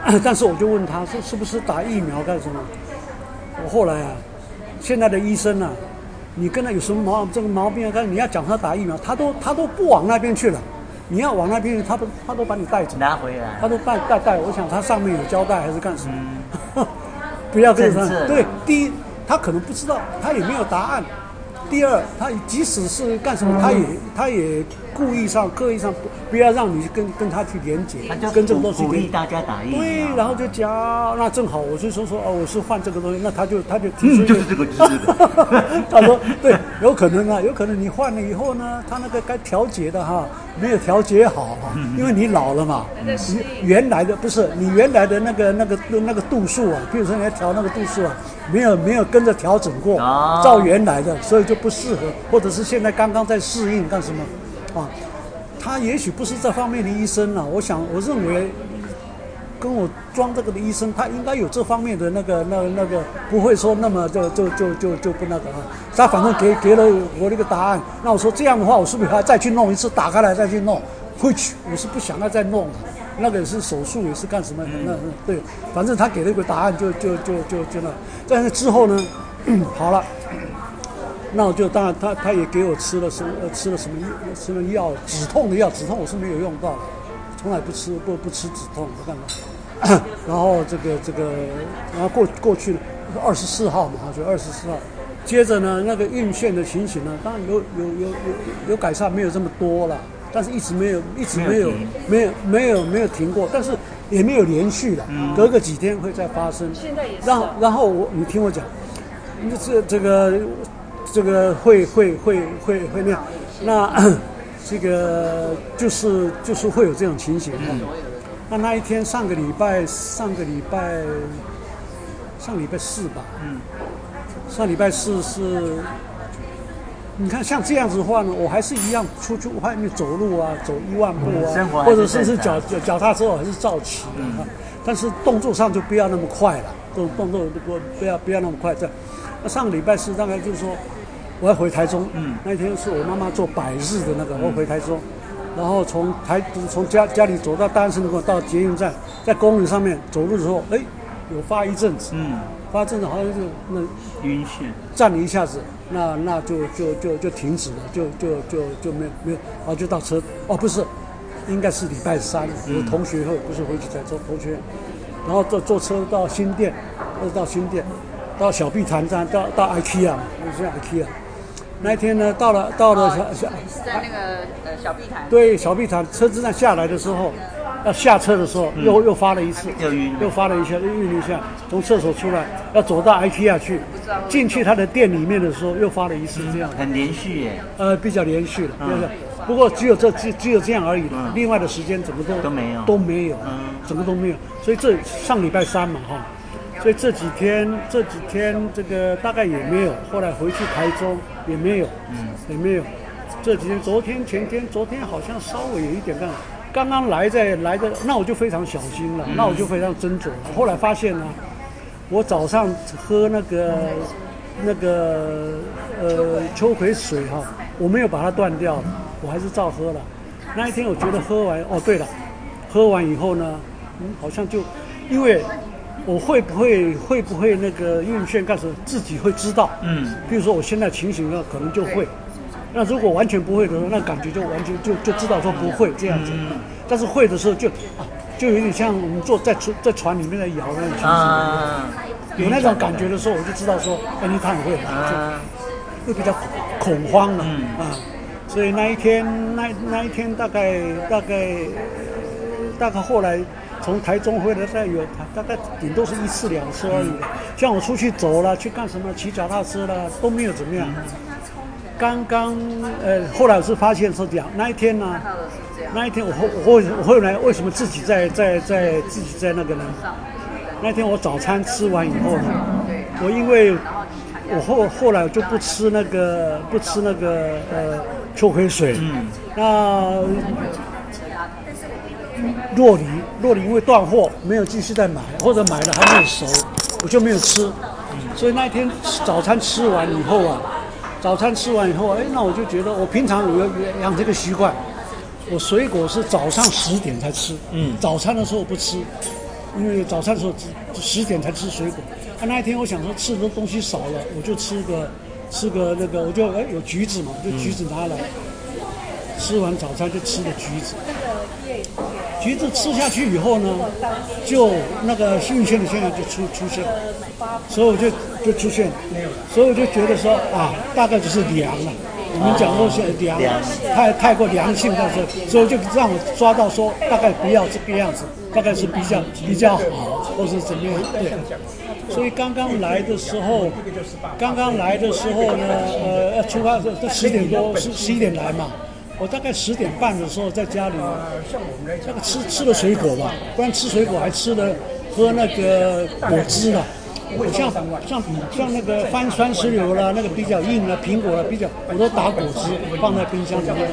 啊，但是我就问他说是不是打疫苗干什么？我后来啊，现在的医生啊，你跟他有什么毛这个毛病啊？但是你要讲他打疫苗，他都他都不往那边去了，你要往那边去，他不他都把你带走。
拿回
啊
来
他，都带带带，我想他上面有交代还是干什么？ 不要跟
嗯政治
他对，第一他可能不知道，他也没有答案；第二，他即使是干
嗯
什么，他也他也故意上刻意上不不要让你跟跟他去连接
他就，
嗯跟这个东西
鼓
连
励大家打疫苗，
对，然后就讲，那正好我就说说哦，我是换这个东西，那他就他就提出一
嗯，就是这个，就是这个，
他说：“对，有可能啊，有可能你换了以后呢，他那个该调节的哈，没有调节好啊，因为你老了嘛，你原来的不是你原来的那个那个那个度数啊，比如说你要调那个度数啊，没有没有跟着调整过
哦，
照原来的，所以就不适合，或者是现在刚刚在适应干什么啊？他也许不是这方面的医生啊，我想我认为。”跟我装这个的医生，他应该有这方面的那个、那、那个，不会说那么就就就就就不那个啊。他反正给给了我那个答案，那我说这样的话，我是不是还要再去弄一次？打开来再去弄，which 我是不想要再弄了。那个也是手术，也是干什么的？那对，反正他给了一个答案就，就就就就那。但是之后呢，嗯好了，那我就当然他他也给我吃了什么呃吃了什么药吃了药止痛的药，止痛我是没有用到的，从来不吃不不吃止痛不干嘛。 然后这个这个，然后过过去二十四号嘛，就二十四号。接着呢，那个运线的情形呢，当然有有有有有改善，没有这么多了，但是一直没有一直没有没有没有没有停过，但是也没有连续了，隔个几天会再发生。
现在也是
然后然后我你听我讲，那这这个这个会会会会会那样，那这个就是就是会有这种情形的。那那一天上个礼拜上个礼拜上礼拜四吧，嗯，上礼拜四是。你看，像这样子的话呢，我还是一样出去外面走路啊，走一万步
嗯生活
啊，
还是
或者是是
正常
脚
嗯
脚脚踏车我还是照骑的啊，但是动作上就不要那么快了，动动作不不要不要那么快。这样那上个礼拜四大概就是说，我要回台中，嗯，那天是我妈妈做百日的那个，我回台中，然后从台从家家里走到大安森林公园到捷运站，在公园上面走路的时候，哎，有发一阵子，
嗯，
发一阵子好像就那
晕眩，
站了一下子，那那就就就就停止了，就就就就没有没有，啊，就到车哦，不是，应该是礼拜三，我的同学会不是回去才做同学，然后坐坐车到新店，或者到新店，到小碧潭站，到到 IKEA，就是 IKEA。那一天呢，到了到了小小
你是在那个呃小碧潭，
对小碧潭车子站下来的时候，要下车的时候，又又发了一次，
嗯又晕了
又发了一下，又晕了一下，从厕所出来，要走到 IKEA 去，进去他的店里面的时候，又发了一次这样。
嗯很连续耶，嗯
呃，比较连续的，就是，不过只有这只只有这样而已的，另外的时间怎么都
都没有
都没有，
嗯
怎么都没有。所以这上礼拜三嘛哈，所以这几天这几天这个大概也没有，后来回去台中也没有，也没有。这几天，昨天、前天，昨天好像稍微有一点干，刚刚来在来的，那我就非常小心了，那我就非常斟酌。后来发现呢、我早上喝那个那个呃秋葵水哈、我没有把它断掉，我还是照喝了。那一天我觉得喝完，哦对了，喝完以后呢，嗯，好像就因为我会不会会不会那个晕眩干什么，自己会知道。
嗯，
比如说我现在情形呢，可能就会。那如果完全不会的时候，那感觉就完全就就知道说不会这样子。
嗯
但是会的时候就啊，就有点像我们坐在船在船里面在摇那种情形。
啊，
有那种感觉的时候，我就知道说，哎，你太会了，
啊，
就会比较恐慌了啊。所以那一天，那那一天大概大概大概后来从台中回来，大概有大概顶多是一次两次而已。像我出去走了，去干什么，骑脚踏车了，都没有怎么样。刚刚呃，后来我是发现说这样，那一天呢、那一天我后我后我后来为什么自己在在在自己在那个呢？那天我早餐吃完以后呢，我因为我后后来就不吃那个不吃那个呃秋葵水，那洛梨洛梨因为断货没有继续再买，或者买了还没有熟，我就没有吃，所以那天早餐吃完以后啊，早餐吃完以后，哎，那我就觉得我平常有有养这个习惯，我水果是早上十点才吃，
嗯
早餐的时候不吃，因为早餐的时候只十点才吃水果。啊，那一天我想说吃的东西少了，我就吃个吃个那个，我就哎有橘子嘛，我就橘子拿来，吃完早餐就吃了橘子。橘子吃下去以后呢，就那个晕眩的现象就出出现，所以我就就出现，所以我就觉得说啊，大概就是凉了。我们讲过是凉，
凉
太太过良性到这，所以就让我抓到说大概不要这个样子，大概是比较比较好，或是怎么样对。所以刚刚来的时候，刚刚来的时候呢，呃，要出发的时候十点多十十一点来嘛，我大概十点半的时候在家里，那个吃吃了水果吧，不然吃水果还吃了喝那个果汁了。我像像像那个番酸石榴啦，那个比较硬啦，苹果啦比较，我都打果汁放在冰箱里面，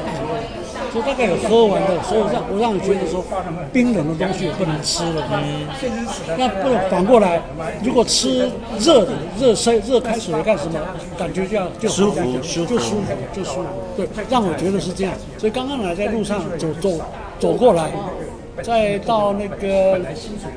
所以大概有喝完的，所以让我让你觉得说冰冷的东西也不能吃了。那不能反过来，如果吃热的热水热开水干什么？感觉就要就
舒服
好像
舒服
就舒服就舒服，对，让我觉得是这样。所以刚刚来在路上走走走过来，再到那个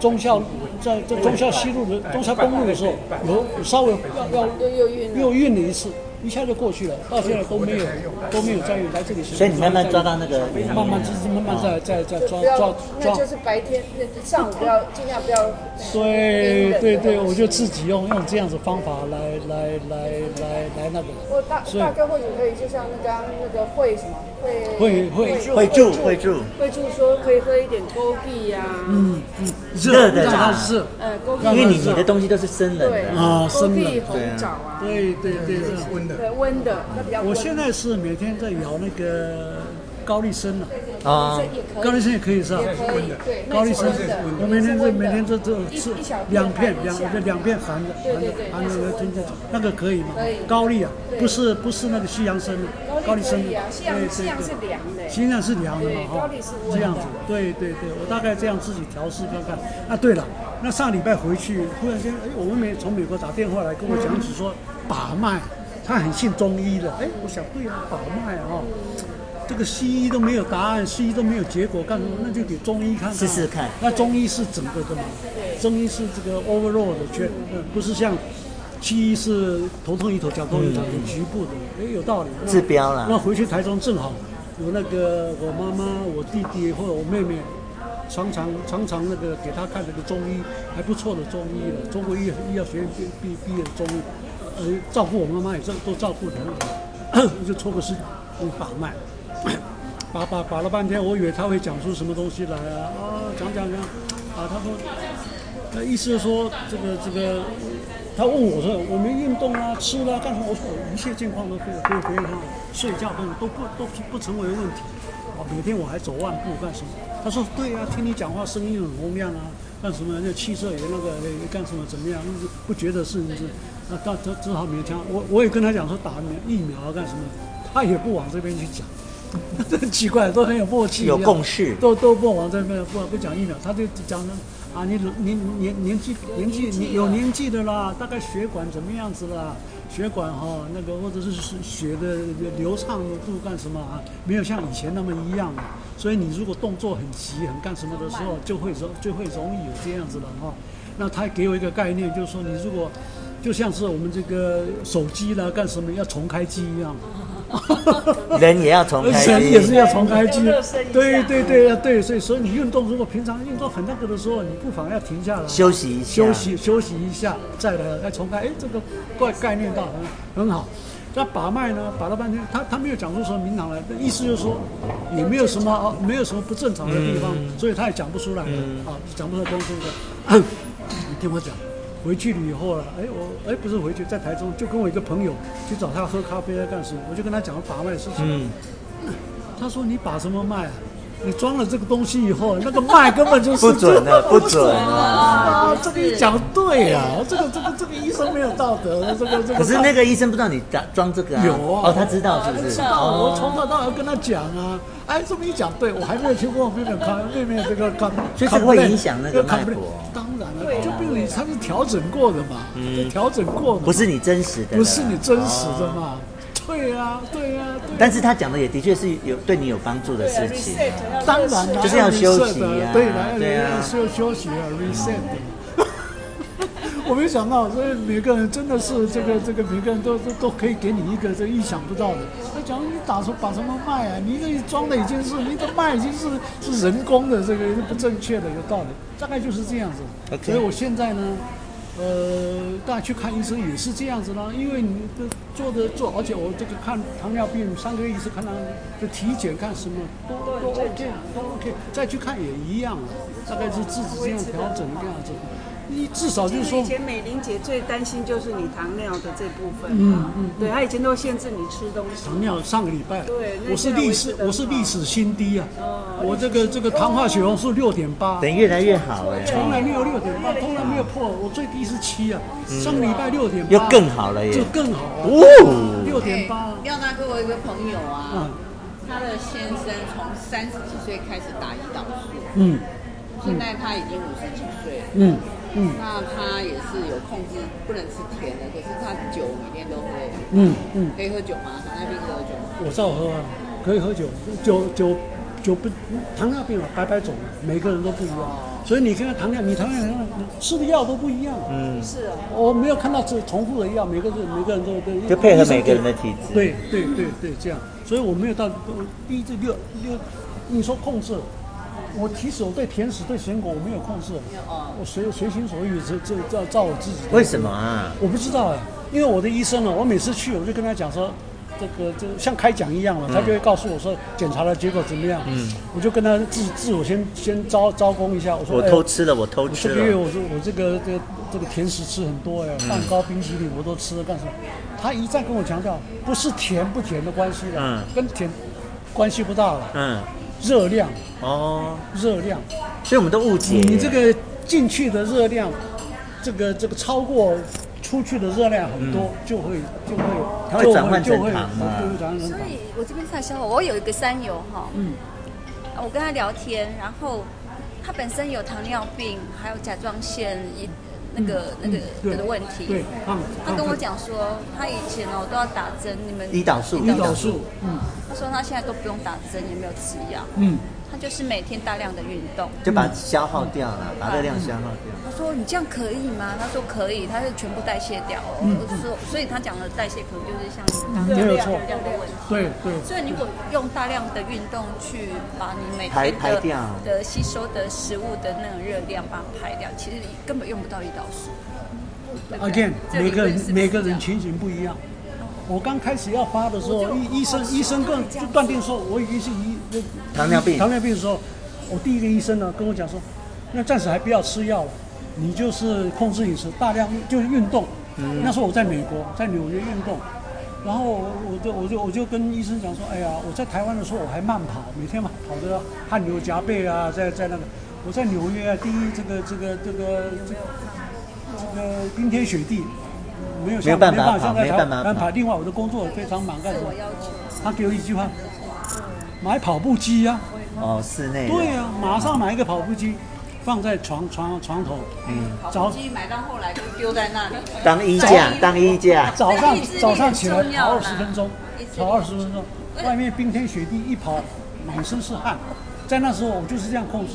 中校在在中校西路的中校公路的时候，有稍微要要
又晕了。
又晕了一次，一下就过去了，到现在都没有都没有再来这里。
所以你慢慢抓到那个原因，
慢慢就是慢慢再再再抓
不要
抓
那
抓
就。是白天那上午不要尽量不要
对对对，我就自己用用这样子方法来来来来来那个，
或大
是
大哥或你可以就像那刚刚那个会什么会
会会
会住会住，
会住说可以喝一点枸杞呀，嗯，
热的
那
啦，
是
呃枸
因
杞
为你你的东西都是生冷
对
的，
嗯
啊
枸
生
杞
冷
红枣啊，
对对对是温的。
对温的那比较温。
我现在是每天在摇那个高丽参了，
啊，
也可以
高丽参也可以是吧？
可以对，
高丽参
那是温的，
我每天
是
这
温的
每天这这
一
吃
一小
两片
一
两
小
这两片含着含着
对
含着
那是
吞下去，那个可以吗
可以？
高丽啊，不是不是那个西洋参，高丽参，
可以
对
啊，西洋
对
西洋是
对。
凉的，
心脏是凉的嘛
对，
哈
高丽是，温的
这样子，对对对，我大概这样自己调试看看。啊，对了，那上礼拜回去，忽然间，哎，我们美从美国打电话来跟我讲起说把脉，他很信中医的，哎，我想对啊，把脉啊、这个西医都没有答案，西医都没有结果，干什么？那就给中医看看，
试试看。
那中医是整个的嘛，中医是这个 overall 的全，呃不是像西医
嗯
是头痛医头，脚痛医脚，有局部的，哎，有道理。那
治标
那
啦，
回去台中正好，我那个我妈妈、我弟弟或者我妹妹，常常常常那个给他看那个中医，还不错的中医了，中国医医药学院毕毕毕业的中医，呃，照顾我妈妈也照都照顾得很好， 就抽个时嗯把脉，把把把了半天，我以为他会讲出什么东西来啊，啊讲讲讲，啊他说，他意思是说这个这个。他问我说：“我们运动啊，吃啦、啊，干什么？”我说：“我一切健康都可以，可以可以看，啊睡觉都都不都不成为问题。啊，每天我还走万步干什么？”他说：“对啊，听你讲话声音很洪亮啊，干什么？那气色也那个也干什么？怎么样？那是不觉得是不是？啊，他他只好勉强。我我也跟他讲说打疫苗啊干什么，他也不往这边去讲。” 很奇怪，都很有默契，
有共识，
都都不往这边不不讲疫苗，他就讲啊，你你年年纪年纪你有年纪的啦，大概血管怎么样子啦，血管哈、哦、那个或者是血的流畅度干什么啊，没有像以前那么一样了、啊，所以你如果动作很急很干什么的时候，就会容就会容易有这样子了哈、哦。那他给我一个概念，就是说你如果就像是我们这个手机啦干什么要重开机一样。
人也要重开机，
人也是要重开机，对对对对，所以所以你运动，如果平常运动很那个的时候，你不妨要停下来
休息一下，
休息休息一下，再来再重开。哎，这个概概念到很很好。那把脉呢，把了半天，他他没有讲出什么名堂来，意思就是说也没有什么啊，没有什么不正常的地方，嗯、所以他也讲不出来了、嗯、啊，讲不出来光这个。你听我讲。回去了以后了，哎，我哎不是回去，在台中就跟我一个朋友去找他喝咖啡啊，干什么？我就跟他讲了把脉的事情。嗯，他说你把什么脉啊？你装了这个东西以后，那个脉根本就是
不 准的，
不
准的。
啊，这个一讲对啊，这个这个这个医生没有道德，这个这个。
可是那个医生不知道你装装这个啊。
有啊，
哦，他知道是不是？哦
知道，我从头到尾跟他讲啊。哎，这么一讲，对我还没有去过妹妹康妹妹这个康，
所以这会影响那个脉搏。
当然了，这病理它是调整过的嘛，嗯，调整过的，
不是你真实的，
不是你真实的嘛。对呀，对啊呀。
但是他讲的也的确是有对你有帮助的事情，啊
当然了，
就是要休息啊，
啊对
啊，对啊，
是要休息啊，reset。我没想到，所以每个人真的是这个这个，每个人都都都可以给你一个这意想不到的。那假如你打什把什么脉啊，你这装的已经是你的脉已经是是人工的，这个不正确的，有道理，大概就是这样子。所以我现在呢。呃，大家去看医生也是这样子啦，因为你这做的做，而且我这个看糖尿病三个月一次看糖，这体检看什么都都 OK，都 OK，再去看也一样啊，大概是自己这样调整这样子。你至少就是说，
以前美玲姐最担心就是你糖尿的这部分嗯，嗯嗯，对，她以前都限制你吃东西。
糖尿上个礼拜，
对，
我是历史我是历史新低啊，哦、我这个这个糖化血红素六点八，
等越来越好哎、欸，
从来没有六点八，从来没有破，我最低是七啊，嗯、上个礼拜六点八，
又更好了耶，
就更好哦，六点八。
廖大哥，我有个朋友啊，嗯、他的先生从三十几岁开始打胰岛素，嗯，现在他已经五十几岁了，嗯。嗯，那他也是有控制，不能吃甜的，可是他酒每天都喝、嗯。嗯嗯，可以喝酒吗？糖尿病喝酒吗？
我照喝啊，可以喝酒，酒酒酒不糖尿病啊，百百种，每个人都不一样。哦、所以你看看糖尿，你糖尿病吃的药都不一样。
嗯，是啊。
我没有看到这重复的药，每个人每个人都都。
就配合每个人的体质。
对对对对，这样。所以我没有到呃第一这六六，你说控制。我其实我对甜食、对水果我没有控制，我随随心所欲，这这照照我自己。
为什么啊？
我不知道哎，因为我的医生呢，我每次去我就跟他讲说，这个就像开讲一样了，他就会告诉我说检查的结果怎么样。嗯，我就跟他自自我先先招招工一下，我说哎
我偷吃了，我偷吃了。
因为我说我这个这个这个甜食吃很多哎，蛋糕、冰淇淋我都吃了干什么？他一再跟我强调，不是甜不甜的关系
嗯
了，跟甜关系不大了。嗯。热量哦，热量，
所以我们都误解。
你这个进去的热量，这个这个超过出去的热量很多，就会就会
嗯它会转换成糖嘛。
所以我这边在消化，我有一个山友哈，嗯，我跟他聊天，然后他本身有糖尿病，还有甲状腺一那个那
嗯
个的问题。
对，
他跟我讲说，他以前哦都要打针，你们
胰岛素，
胰岛素，
嗯。他说他现在都不用打针，也没有吃药。嗯，他就是每天大量的运动，
就把消耗掉了，把热量消耗掉。
他说你这样可以吗？他说可以，他是全部代谢掉哦。
嗯
我就说，所以他讲的代谢可能就是像
嗯
热
没有
量
错
热量的问题。
对对
所以你如果用大量的运动去把你每
排
天
排
的
掉
的吸收的食物的那种热量把它排掉，其实你根本用不到胰岛素。对不对
Again，
呃这
每
理
个
论
人
是不
每
是
个
这
人
样
情形不一样。我刚开始要发的时候，医医生医生跟就断定说我已经是一那
糖尿病
糖尿病的时候，我第一个医生呢跟我讲说，那暂时还不要吃药了，你就是控制饮食，大量就是运动。
嗯
那时候我在美国，在纽约运动，然后我我就我就我就跟医生讲说，哎呀，我在台湾的时候我还慢跑，每天嘛跑的汗流浃背啊，在在那个我在纽约啊，第一这个这个这个这这个冰天雪地，没有像
没有办法
没像在台湾
跑没办法跑
办法。另外我的工作非常忙，干什么？他给我一句话，买跑步机呀、
哦，室内的
对啊呀、马上买一个跑步机，放在床床床头，
嗯，
早
跑步机买到后来就丢在那里，
当衣架，当衣架。
早上
那意志力
早上起来
很
跑
重要
二
啦
十分钟
意志，力
跑二十分钟，外面冰天雪地一跑，满身是汗，在那时候我就是这样控制，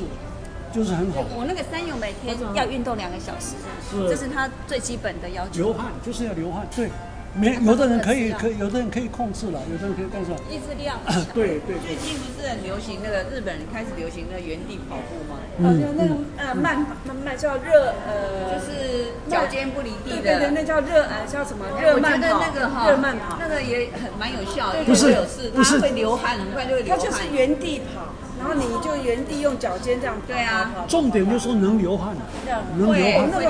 就是很好，
我那个三友每天要运动两个小时，
是
这是他最基本的要求。
流汗就是要流汗，对。没，有的人可以，
啊
可以有的人可以控制了，有的人可以控制了。
意志力
量
啊对对
最近不是很流行那个日本人开始流行那个原地跑步吗？
嗯
哦，就那种呃慢慢慢叫热呃，
就是脚尖不离地的
对对对，那叫热呃叫什么？
我
热
觉得
慢跑，
那个哈，
热慢跑，
那个也很蛮有效的，
不是
因为我有试
不是
它会流汗，很快就会流
它
汗。
就是原地跑，然后你就原地用脚尖这样跑，对啊，
重点就是能流汗，能
会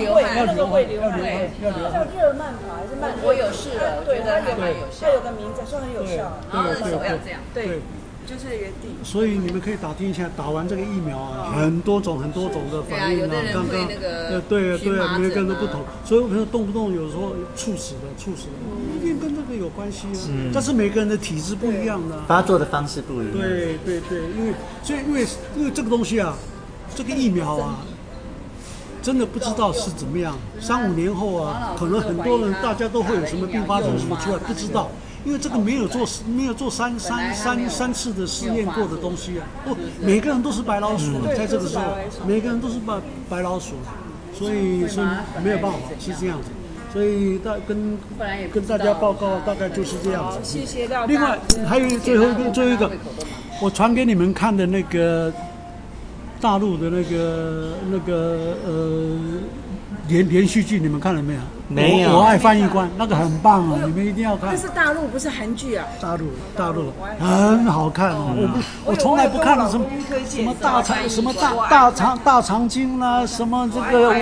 流汗，
那
要流汗
个会那个会，流
要
汗
流汗，要流
叫
汗。
热慢跑还是慢？
我有试了我
对
觉得
它有
还蛮有效
它有个名字说很有效，
然后手要这样，
对，就是原地。
所以你们可以打听一下，打完这个疫苗啊，很多种很多种的反应
对啊有的人
刚刚
会那个
呃对啊
荨
对
麻疹
啊，
啊
每个人都不同，所以我们动不动有时候猝死的猝死的，一定跟这个有关系啊
嗯。
但是每个人的体质不一样的啊，
发作的方式不一样。
对对对，因为所以因为因为这个东西啊，这个疫苗啊，真的不知道是怎么样。三五年后啊，可能很多人大家都会有什么并发症什么出来，啊不知道，因为这个没有做没有做三三三三次的试验过的东西啊，不，每个人都是白老鼠，在这个时候，每个人都是白白老鼠，所以所以没有办法是这样子。所以大跟跟大家报告大概就是这样子。
谢谢廖大哥
另外还有最后一个最后一个，我传给你们看的那个大陆的那个那个呃连连续剧，你们看了没有？
没有
我我爱翻译官，那个很棒啊，你们一定要看
那。是大陆，不是韩剧啊。
大陆大陆很好看，我不我从来不看什么什么大长什么大
啊
大长大长今啦，什么这个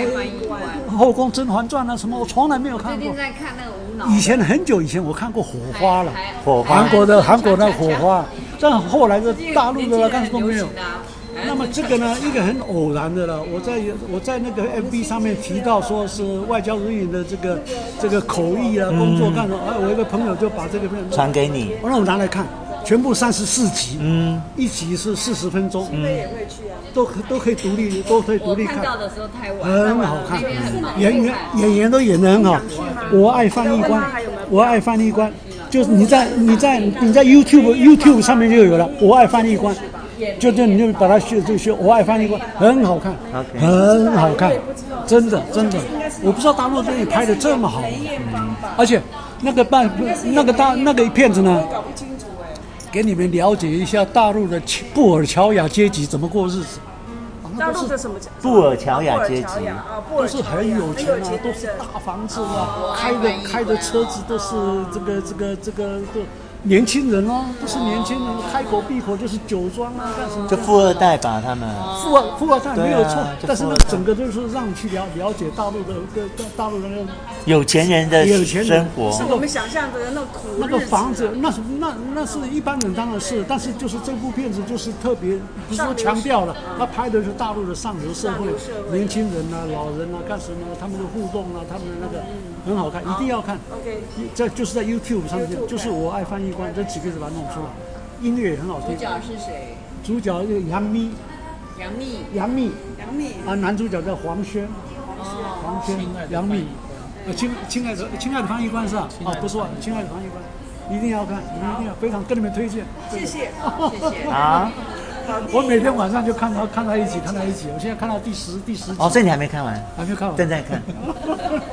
后宫甄嬛传啦，啊什么我从来没有看
最
过
近。在看那个无脑的，
以前很久以前我看过火花了，
火花
韩国的韩国那火花，但后来的大陆的
年
看
轻人
都
很流
没有
行。的啊
那么这个呢，一个很偶然的了，我在我在那个 FB 上面提到说是外交人员的这个这个口译啊，工作干什么？哎，我一个朋友就把这个片子
传给你。
我让我拿来看，全部三十四集，
嗯，
一集是四十分钟，
也会去啊。
都可都可以独立，都可以独
我
立
看
看，
到的时候太晚，
很好看
那边很忙，
演员演员都演得很好。我爱翻译官，我爱翻译官，就是你在你在你在 YouTube YouTube 上面就有了，我爱翻译官，就就你就把它学就学我爱翻译官，很好看，
OK
很好看，真的真的，我不知道大陆电影拍的这么好，而且那个半那个大那个片子呢，
搞不清楚哎。
给你们了解一下大陆的乔布尔乔亚阶级怎么过日子，哦
大陆的什么？
布尔乔亚阶级
布尔乔亚啊，布
都
尔
是
乔亚
很有钱
很有
啊
钱，
都是大房子啊，开的开的车子都是这个这个这个都年轻人哦，都是年轻人，开口闭口就是酒庄啊，干什么？
就富二代吧，他们。
富二富二代没有错
对啊，就
但是那
富二
个
代
整个就是让你去了了解大陆的个个大陆的那个
有钱人的
有钱人
生活。
是我们想象的那苦
那个房子，那是那那是一般人当然是，但是就是这部片子就是特别，不是说强调了，他拍的是大陆的上流社会，年轻人呐、老人呐、干什么，他们的互动啊，他们的那个很好看，一定要看。
OK，
在就是在 YouTube 上面，就是我爱翻译官这几个字把它弄出来，音乐也很好
主
听。
角是谁？
主角就杨幂，
杨幂，
杨幂
杨幂
啊，男主角叫黄轩，
哦
黄轩，杨幂。呃，亲亲爱的亲爱的翻译官是吧？啊，不是啊，亲爱 的翻译官，一定要看，你们一定要非常跟你们推荐。
谢谢。
啊，
我每天晚上就看他看他一集，看他一集。我现在看到第十第十集。
哦，所以 你还没看完？
还没看完，
正在看。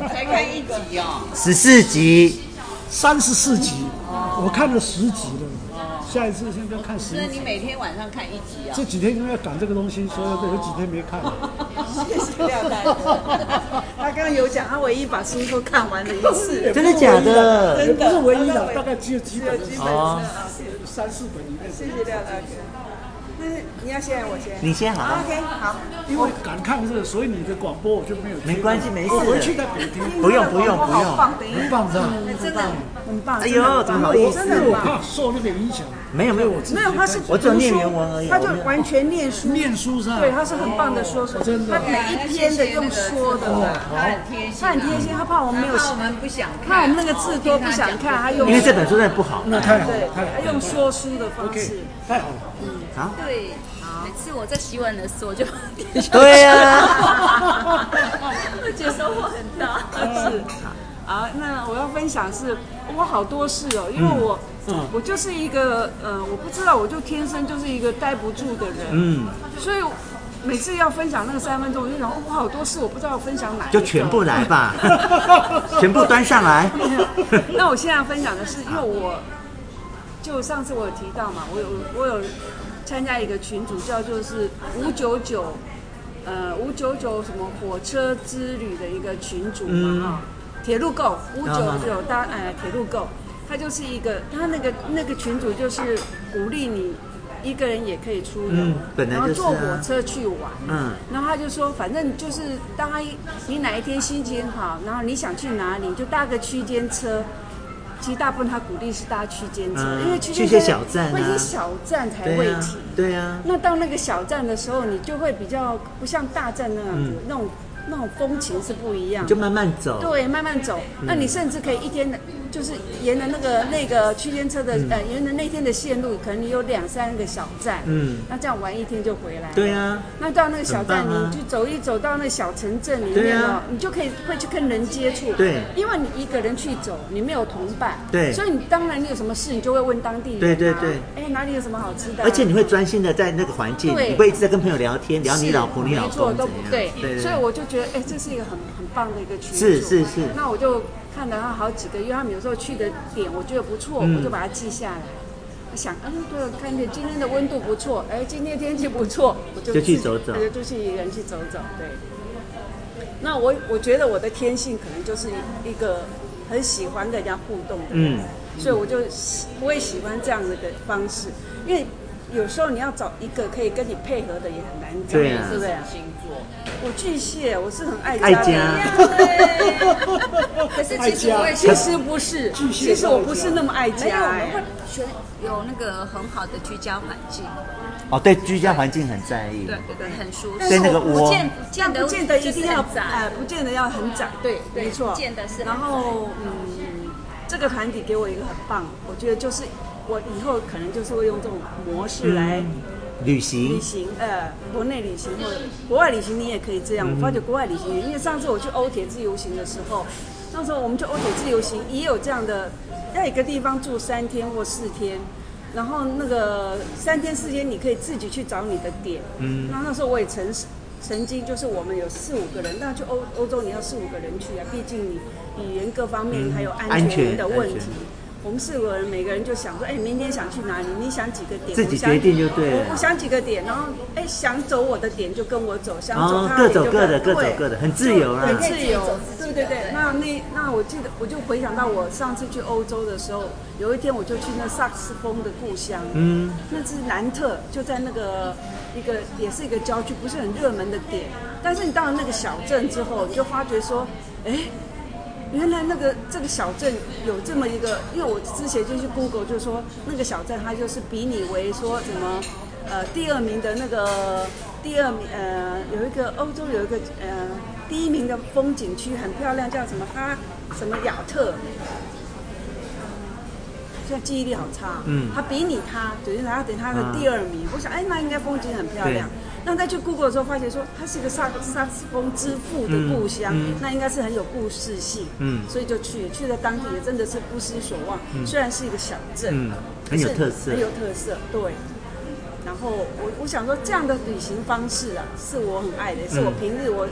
才看一集哦，
十四集，
三十四集，我看了十集了。
哦
下一次现在看十
那
一
你
集。
每天晚上看一集啊？
这几天因为要赶这个东西，所以有几天没看了。
谢谢廖大哥。他刚刚有讲，他唯一把书都看完了一 次，
真的假的
也
真
不
的
是唯一的，大概只有几本。
基本
哦
上
三四本里面。
谢谢廖大哥。那是你要先，我先。
你先好了
OK，好。
因为赶看这个，所以你的广播我就没有听。
没关系没事
我回去再补听。
不用不用不
好
用，
棒，等一
很棒是吧？
真的很棒。
哎呦怎么好意思
真的很
我
棒。
怕受那个影响。
没有没有，
我自己
没有，他是
我只有念原文而已啊
他就
我没有
完全念书，
念书上，
对，他是很棒的说手，
真的
他每一篇的用说的，
他很
啊
贴心
他很贴心，他怕我们没有，
怕我们不想看，
怕我们那个字多不想看，他用
因为这本书真的不好。
那太好
对
了，太好，
他
了，
用说书的方式。
太好了。
对，每次我在洗碗的时候， 我就
对呀、
我觉得 收获很大。
嗯是。啊，那我要分享是，我好多事哦，因为
嗯
我、我就是一个呃，我不知道，我就天生就是一个待不住的人，
嗯，
所以每次要分享那个三分钟，我就想，哦我好多事，我不知道分享哪一个
就全部来 吧， 全部端上来。
那我现在要分享的是，因为我就上次我有提到嘛，我有我有参加一个群组叫就是五九九，呃五九九什么火车之旅的一个群组
嗯
嘛
嗯
啊，铁路购五九九搭呃铁路购，它就是一个它那个那个群组就是鼓励你一个人也可以出游，
嗯本来
然后
就是
坐
啊
火车去玩，
嗯，
然后他就说，反正就是大概你哪一天心情好，然后你想去哪里，你就搭个区间车。其实大部分他鼓励是搭区间车，
嗯
因为区
去
间
一些
车
小站啊
会一些小站才会
对啊呀、
停。
对呀、
那到那个小站的时候，你就会比较不像大站那样子，那种那种风情是不一
嗯
样
你就
的。
慢慢走。嗯
对，慢慢走。那你甚至可以一天的，就是沿着那个那个区间车的、呃，沿着那天的线路，可能你有两三个小站，
嗯，
那这样玩一天就回来了。
对
啊
呀、
那到那个小站，
很棒啊
你就走一走到那小城镇里
对
面
啊
哦，你就可以会去跟人接触。
对
因为你一个人去走，你没有同伴。
对
所以你当然你有什么事，你就会问当地人、啊。
对对对。
哎，哪里有什么好吃的啊、
而且你会专心的在那个环境，
对
你不会一直在跟朋友聊天，聊你
是
老婆、你老
没错
公怎
都不
样？
对，
对
所以我就觉得，哎，这是一个很很棒的一个群组。
是是是
那我就看了他好几个，因为他们有时候去的点我觉得不错，
嗯
我就把它记下来。我想，嗯，对，看见今天的温度不错，哎，今天天气不错， 我就
就去
自己
走走
我就就去一个人去走走，对。那我我觉得我的天性可能就是一个很喜欢跟人家互动的人，
嗯
所以我就喜我也喜欢这样的一个方式，因为有时候你要找一个可以跟你配合的也很难找，
对啊
是不是？
星座
我巨蟹，我是很爱
爱
家的人。
家，
可是其实我也
其实 不是，
蟹
其实我不是那么爱
没有，
家、
我们会
哎
选有那个很好的居家环境，
哦，对居家环境很在意。
对对对，很舒
所以
适。
嗯那个窝
不见不见
但
得
不见得一
就是
定要
很
呃
窄，，
不见得要很窄，对，
对
没错，
不见得是很窄
然后嗯，这个团体给我一个很棒，我觉得就是我以后可能就是会用这种模式来
嗯旅
旅
行，
行，呃，国内旅行或者国外旅行，你也可以这
嗯
样。我发觉国外旅行，因为上次我去欧铁自由行的时候，那时候我们去欧铁自由行也有这样的，在一个地方住三天或四天。然后那个三天四天，你可以自己去找你的点。嗯，那那时候我也曾曾经就是我们有四五个人，那去欧欧洲你要四五个人去啊，毕竟你语言各方面还有安
嗯安
全
全
的问
安
题
全。
我们四个人每个人就想说，哎，明天想去哪里？你想几个点？
自己决定就对
我我
了。
想几个点，然后哎，想走我的点就跟我走，想走
哦
他，
各
的点
走
就
各
跟
的，各走
对
各的，很自由啦
很。自由，
自
对
己
对
的
对
对。
那那那我记得，我就回想到我上次去欧洲的时候，有一天我就去那萨克斯风的故乡，
嗯，
那是南特，就在那个一个也是一个郊区，不是很热门的点。但是你到了那个小镇之后，你就发觉说，哎，原来那个这个小镇有这么一个，因为我之前就去 Google 就说那个小镇它就是比拟为说什么，呃，第二名的那个第二名呃有一个欧洲有一个呃第一名的风景区很漂亮，叫什么哈什么雅特。现在记忆力好差，
嗯啊
他比拟他，等于他等于他的第二名。我想，哎，那应该风景很漂亮
对。
那再去 Google 的时候，发现说它是一个萨萨克斯风之父的故乡，那应该是很有故事性，
嗯
所以就去去了当地也真的是不失所望，虽然是一个小镇，
嗯很有特色
很有特色，对。然后我我想说，这样的旅行方式啊，是我很爱的，也是
嗯
我平日我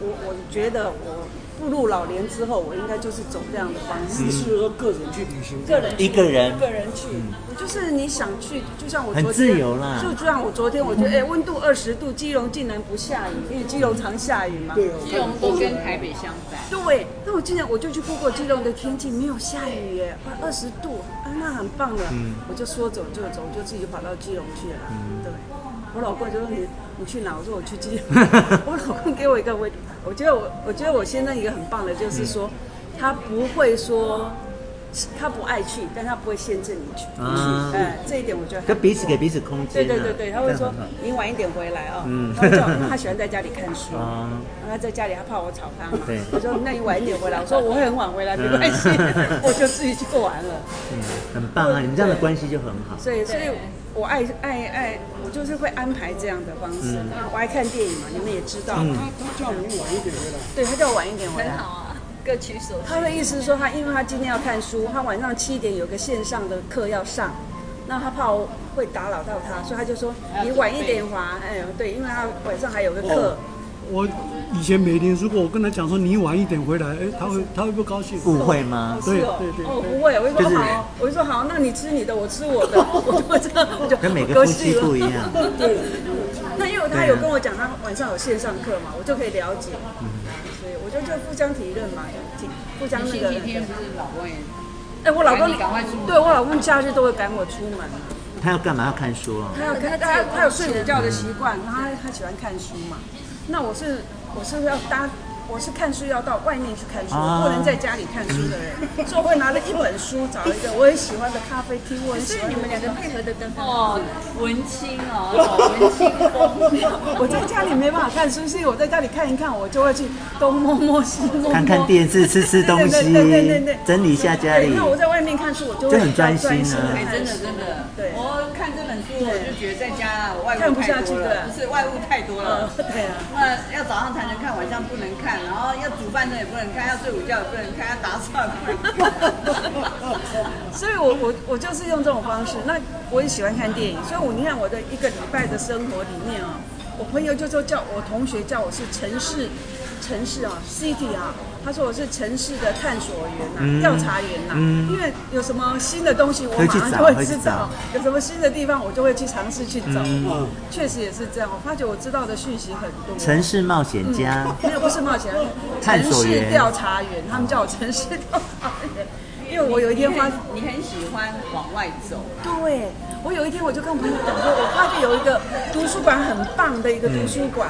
我我觉得我步入老年之后，我应该就是走这样的方式。
你是不是说个人去旅行？
个人去
一个人
个人去，
嗯
就是你想去，就像我
很
昨天
自由啦嗯
就就像我昨天，我觉得哎，温度二十度，基隆竟然不下雨，因为基隆常下雨嘛。
对基隆都跟台北相反。
对，那我竟然我就去 Google 基隆的天气没有下雨耶，二十度，啊，那很棒了。
嗯
我就说走就走，我就自己跑到基隆去了。对，我老公就说你你去哪？我说我去 基隆。我老公给我一个我，我觉得我我觉得我先生一个很棒的就是说，
嗯
他不会说。他不爱去，但他不会限制你去。
啊
哎、这一点我觉得还不错。
就彼此给彼此空间
对
啊
对对对，他会说
这样很好
你晚一点回来啊、
嗯
然后叫我因为他喜欢在家里看 书。
啊
然后他在家里，他怕我吵他嘛。
对
我说那你晚一点回来，我说我会很晚回来，没关 系
嗯，
我就自己去过完了。
嗯，很棒啊，你们这样的关系就很好。
所以，所以我爱爱爱，我就是会安排这样的方式。
嗯
我爱看电影嘛，你们也知道。
嗯
他叫你晚一点回来。对，他叫我晚一点回来。
很好啊，各取所需。
他的意思是 说，他因为他今天要看书，他晚上七点有个线上的课要上，那他怕我会打扰到他，所以他就说你晚一点滑。哎，对，因为他晚上还有个课。
我以前每天，如果我跟他讲说你晚一点回来，哎，他会他会不高兴，
误会吗
对
是哦
对对，
哦，不会，我就
就
说
是
好，我就说好，那你吃你的，我吃我的，我就这样，我就
跟每个
我
夫妻
就
不一样
对，那因为
对
他
啊
有跟我讲，他晚上有线上课嘛，我就可以了解，所以我觉得就互相体认嘛，就体互相那个。
星期天不是老公也
哎，我老公
赶紧赶快出门
对我老公假日都会赶我出门，
他要干嘛？要看书哦。
他有他他他有睡午觉的习惯，然后他他喜欢看书嘛。那我是我是要搭，我是看书要到外面去看书，
啊
我不能在家里看书的人，所以我会拿着一本书找一个我很喜欢的咖啡厅，我很喜欢。你们两个配合的灯
哦，文青哦，走文青风。
我在家里没办法看书，所以我在家里看一看，我就会去东摸摸西摸摸，
看看电视，吃吃东
对
西
对对对对，
整理一下家
对
里
那。我在外面看书，我就会
就很专心啊
比较地
哎
看
真的
书
真的，
对
我看这本书我就觉得在家啊，我外
看
物
不下
太
去对
多了，不是外物太多了，
嗯对啊
那要早上才能看，晚上不能看，然后要煮饭的也不能看，要睡午觉也不能看，要打扫也不能看。
所以我我我就是用这种方式。那我也喜欢看电影，所以我你看我的一个礼拜的生活里面啊，我朋友就说叫我同学叫我是城市城市啊 city 啊，他说我是城市的探索员呐、
嗯
调、查员呐、
嗯
因为有什么新的东西，我
会
马
去
上
找
就会
会
知
去
道
找；
有什么新的地方，我就会去尝试去找。
嗯嗯
确实也是这样，我发觉我知道的讯息很多。
城市冒险家
嗯，没有不是冒险，
探
城
索员
市调查员，他们叫我城市调查员，因为我有一天发，
你很喜欢往外走，
对我有一天我就跟我朋友讲说，我发觉有一个图书馆很棒的一个图书馆，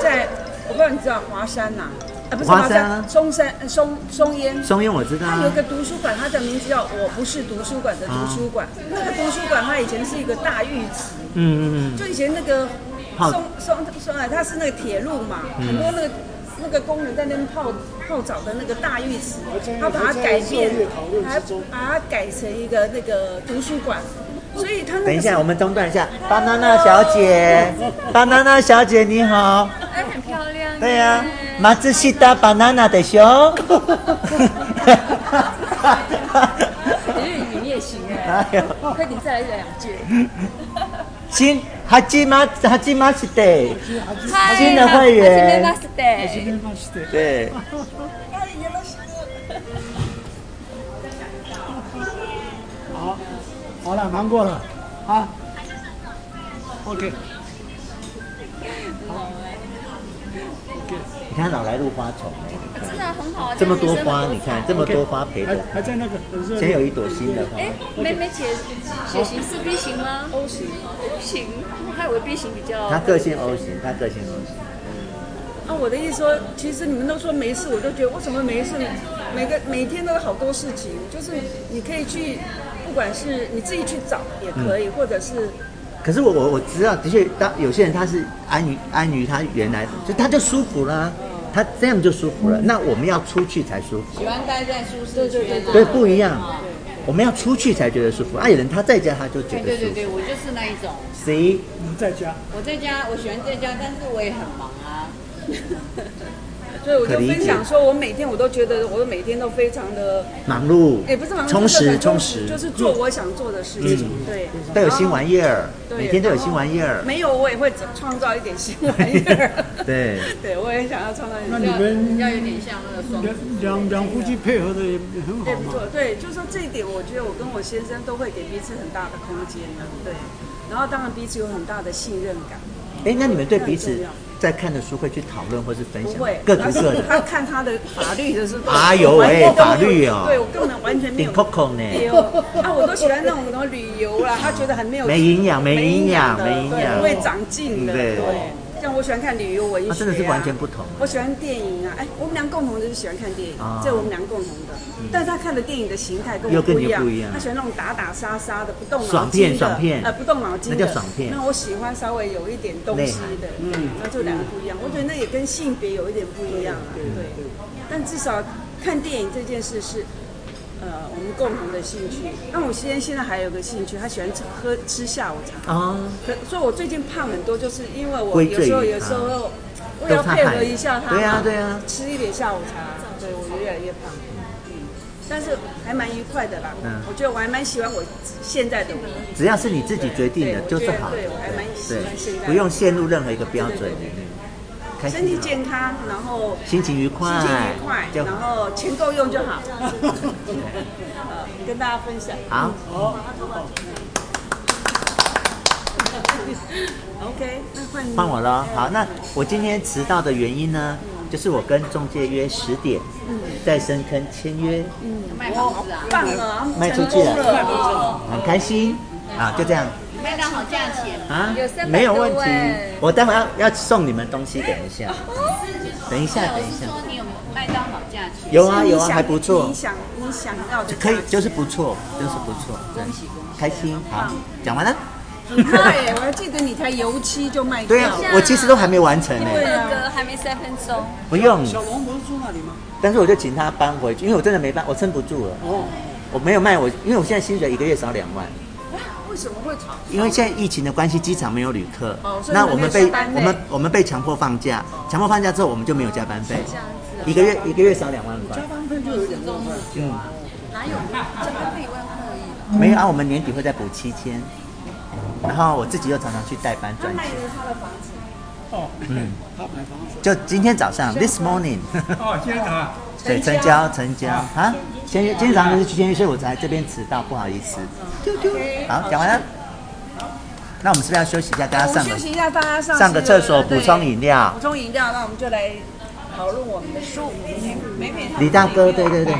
在我不知道你知道华山呐、啊，不是
华
华
山啊
山，松山呃松松烟，
松烟我知道啊
它有一个图书馆，它的名字叫我不是图书馆的图书馆，
啊
那个图书馆它以前是一个大浴池。
嗯嗯
就
嗯，
以前那个
泡
松松松啊，它是那个铁路嘛，
嗯
很多那个那个工人在那边泡泡澡的那个大浴池
在，
他把它改变
还在讨论，之
还把它改成一个那个图书馆，所以他那个
等一
是
下，我们中断一下。巴娜娜小姐，巴娜娜小姐你好。
哎，很漂亮。
对呀、啊，马自西达巴娜娜的熊。
日语你也行
哎呦嗯
快点再来两句。
新哈基马哈基马斯的，
嗨
新的会员
はじめま
して
对，
哎 好，好了，忙过了啊。OK，
哎
你看老来入花丛哎，
是啊，很好啊。
这么多花，你看这么多花陪着
还，还在那个很热烈。
先有一朵新的花。
哎，妹妹姐血型是 B 型吗？O 型，O 型，我还以为 B 型比较。
他个性 O 型，他个性 O 型。
啊，我的意思说，其实你们都说没事，我就觉得为什么没事？每个每天都有好多事情，就是你可以去，不管是你自己去找也可
嗯
以，或者是
可是我我我知道，的确，当有些人他是安于安于他原来，就他就舒服啦、啊他这样就舒服
嗯
了。那我们要出去才舒服，
喜欢待在舒适圈啊。
对，不一样。我们要出去才觉得舒服。啊，有人他在家他就觉
哎，
得
对
舒
对
服
对，。我就是那一种。
谁？
你在家，
我在家，我喜欢在家，但是我也很忙啊。
对，我
可
就
理
分
解
享说，我每天我都觉得我每天都非常的
忙碌
哎也不是忙碌，
充
就是
实
很
充实
就是做我想做的事情，
嗯
对，
都有新玩意儿，
对
每天都有新玩意儿。
没有，我也会创造一点新玩 意儿。
对，
对，我也想要创造一点。
那你们
要有点像那个双子
两两两夫妻配合的也很
对
好
不
嘛
错。，对，就说这一点，我觉得我跟我先生都会给彼此很大的空间的，对。然后当然彼此有很大的信任感，
哎，那你们对
这很
彼
重
此
要
在看的书会去讨论或是分
不
享
会，
各读各
而是他
的。
看他的法律的是吧？
哎呦喂
我根本
法律哦
对我根本完全没有
顶 Coco 呢
对哦啊，我都喜欢那种什么旅游啦，他觉得很没有
没营养
没
没营养
的
没营养嗯
对不会长进的，
对
对。像我喜欢看旅游文学、
那
啊，
真的是完全不同。
我喜欢电影啊，哎，我们俩共同就是喜欢看电影，
啊嗯
这我们俩共同的。但是他看的电影的形态跟
又
我
跟
不
你
一样，
不一样
他喜欢那种打打杀杀的，不动脑筋
爽片
的，
爽片
呃，不动脑筋的，
那叫爽片
那我喜欢稍微有一点东西的，
内涵
嗯，那就两个不一样。我觉得那也跟性别有一点不一样啊，
嗯
对。但至少看电影这件事是。呃，我们共同的兴趣。那我先现在还有个兴趣，他喜欢吃喝吃下午茶
哦
可所以，我最近胖很多，就是因为我
归
有
罪于
时候有时
他
候我也要配合一下他嘛，
对啊对啊
吃一点下午茶，对我就越来越胖，嗯，但是还蛮愉快的啦，
嗯
我觉得我还蛮喜欢我现在的我，
只要是你自己决定的，
对
就是
我觉得
好的
对我还蛮。喜欢现在的
不用陷入任何一个标准里面，开
身体
心好，啊
健康，然后
心情愉快，
心情愉快，
就
然
好。
后钱够用就 好，呃，跟大家分享，嗯
好
好，OK，那换你
换我了哦。好，那我今天迟到的原因呢，就是我跟中介约十点
嗯
在深坑签约，
嗯，好棒啊，
卖出去
成功
了，很开心啊，就这样
卖到好价钱
啊
有三，
没
百
有
多
问题
位。
我待会要要送你们东西，等一下。等一下
对
等一下
我是说你有没有卖到好价钱？
有啊
是你
有啊，
想
还不错
你，想你想要的
可以
价钱
就是不错，就是不错，对，开 心。好，讲完了。
很快耶！我还啊记得你才油漆就卖掉
对啊，我其实都还没完成呢，
啊
这个还没三分钟，
不用。
龙不是住那里吗？
但是我就请他搬回去，因为我真的没办，我撑不住了。
哦，
我没有卖我，因为我现在薪水一个月少两万，
哦为什么会吵？
因为现在疫情的关系，机场没有旅客，
哦所以
那
你
我
们
们
没有
被
加班费哦
我们我们被强迫放假，强迫放假之后我们就没有加班费，
这样
啊
子、
一个月一个月少两万块，
班费就有点过分。
嗯，
哪有加班费一万块而已？
没有啊，我们年底会再补七千，然后我自己又常常去代班赚钱，
他的房子，
哦，
嗯，
他买房子，
就今天早上 this morning，
哦，今天早
啊
上
对，成交成交
哦
啊，签约，今天早上是去签约，所以我才这边迟到，不好意思。
丢丢。
好，讲完了。那我们是不是要休息一下？大家
我们
上
休
个
息一下，大家上
上个厕所
去了
补充饮料
对补充饮料，那我们就来讨论我们的书。美美
李大哥，对对对，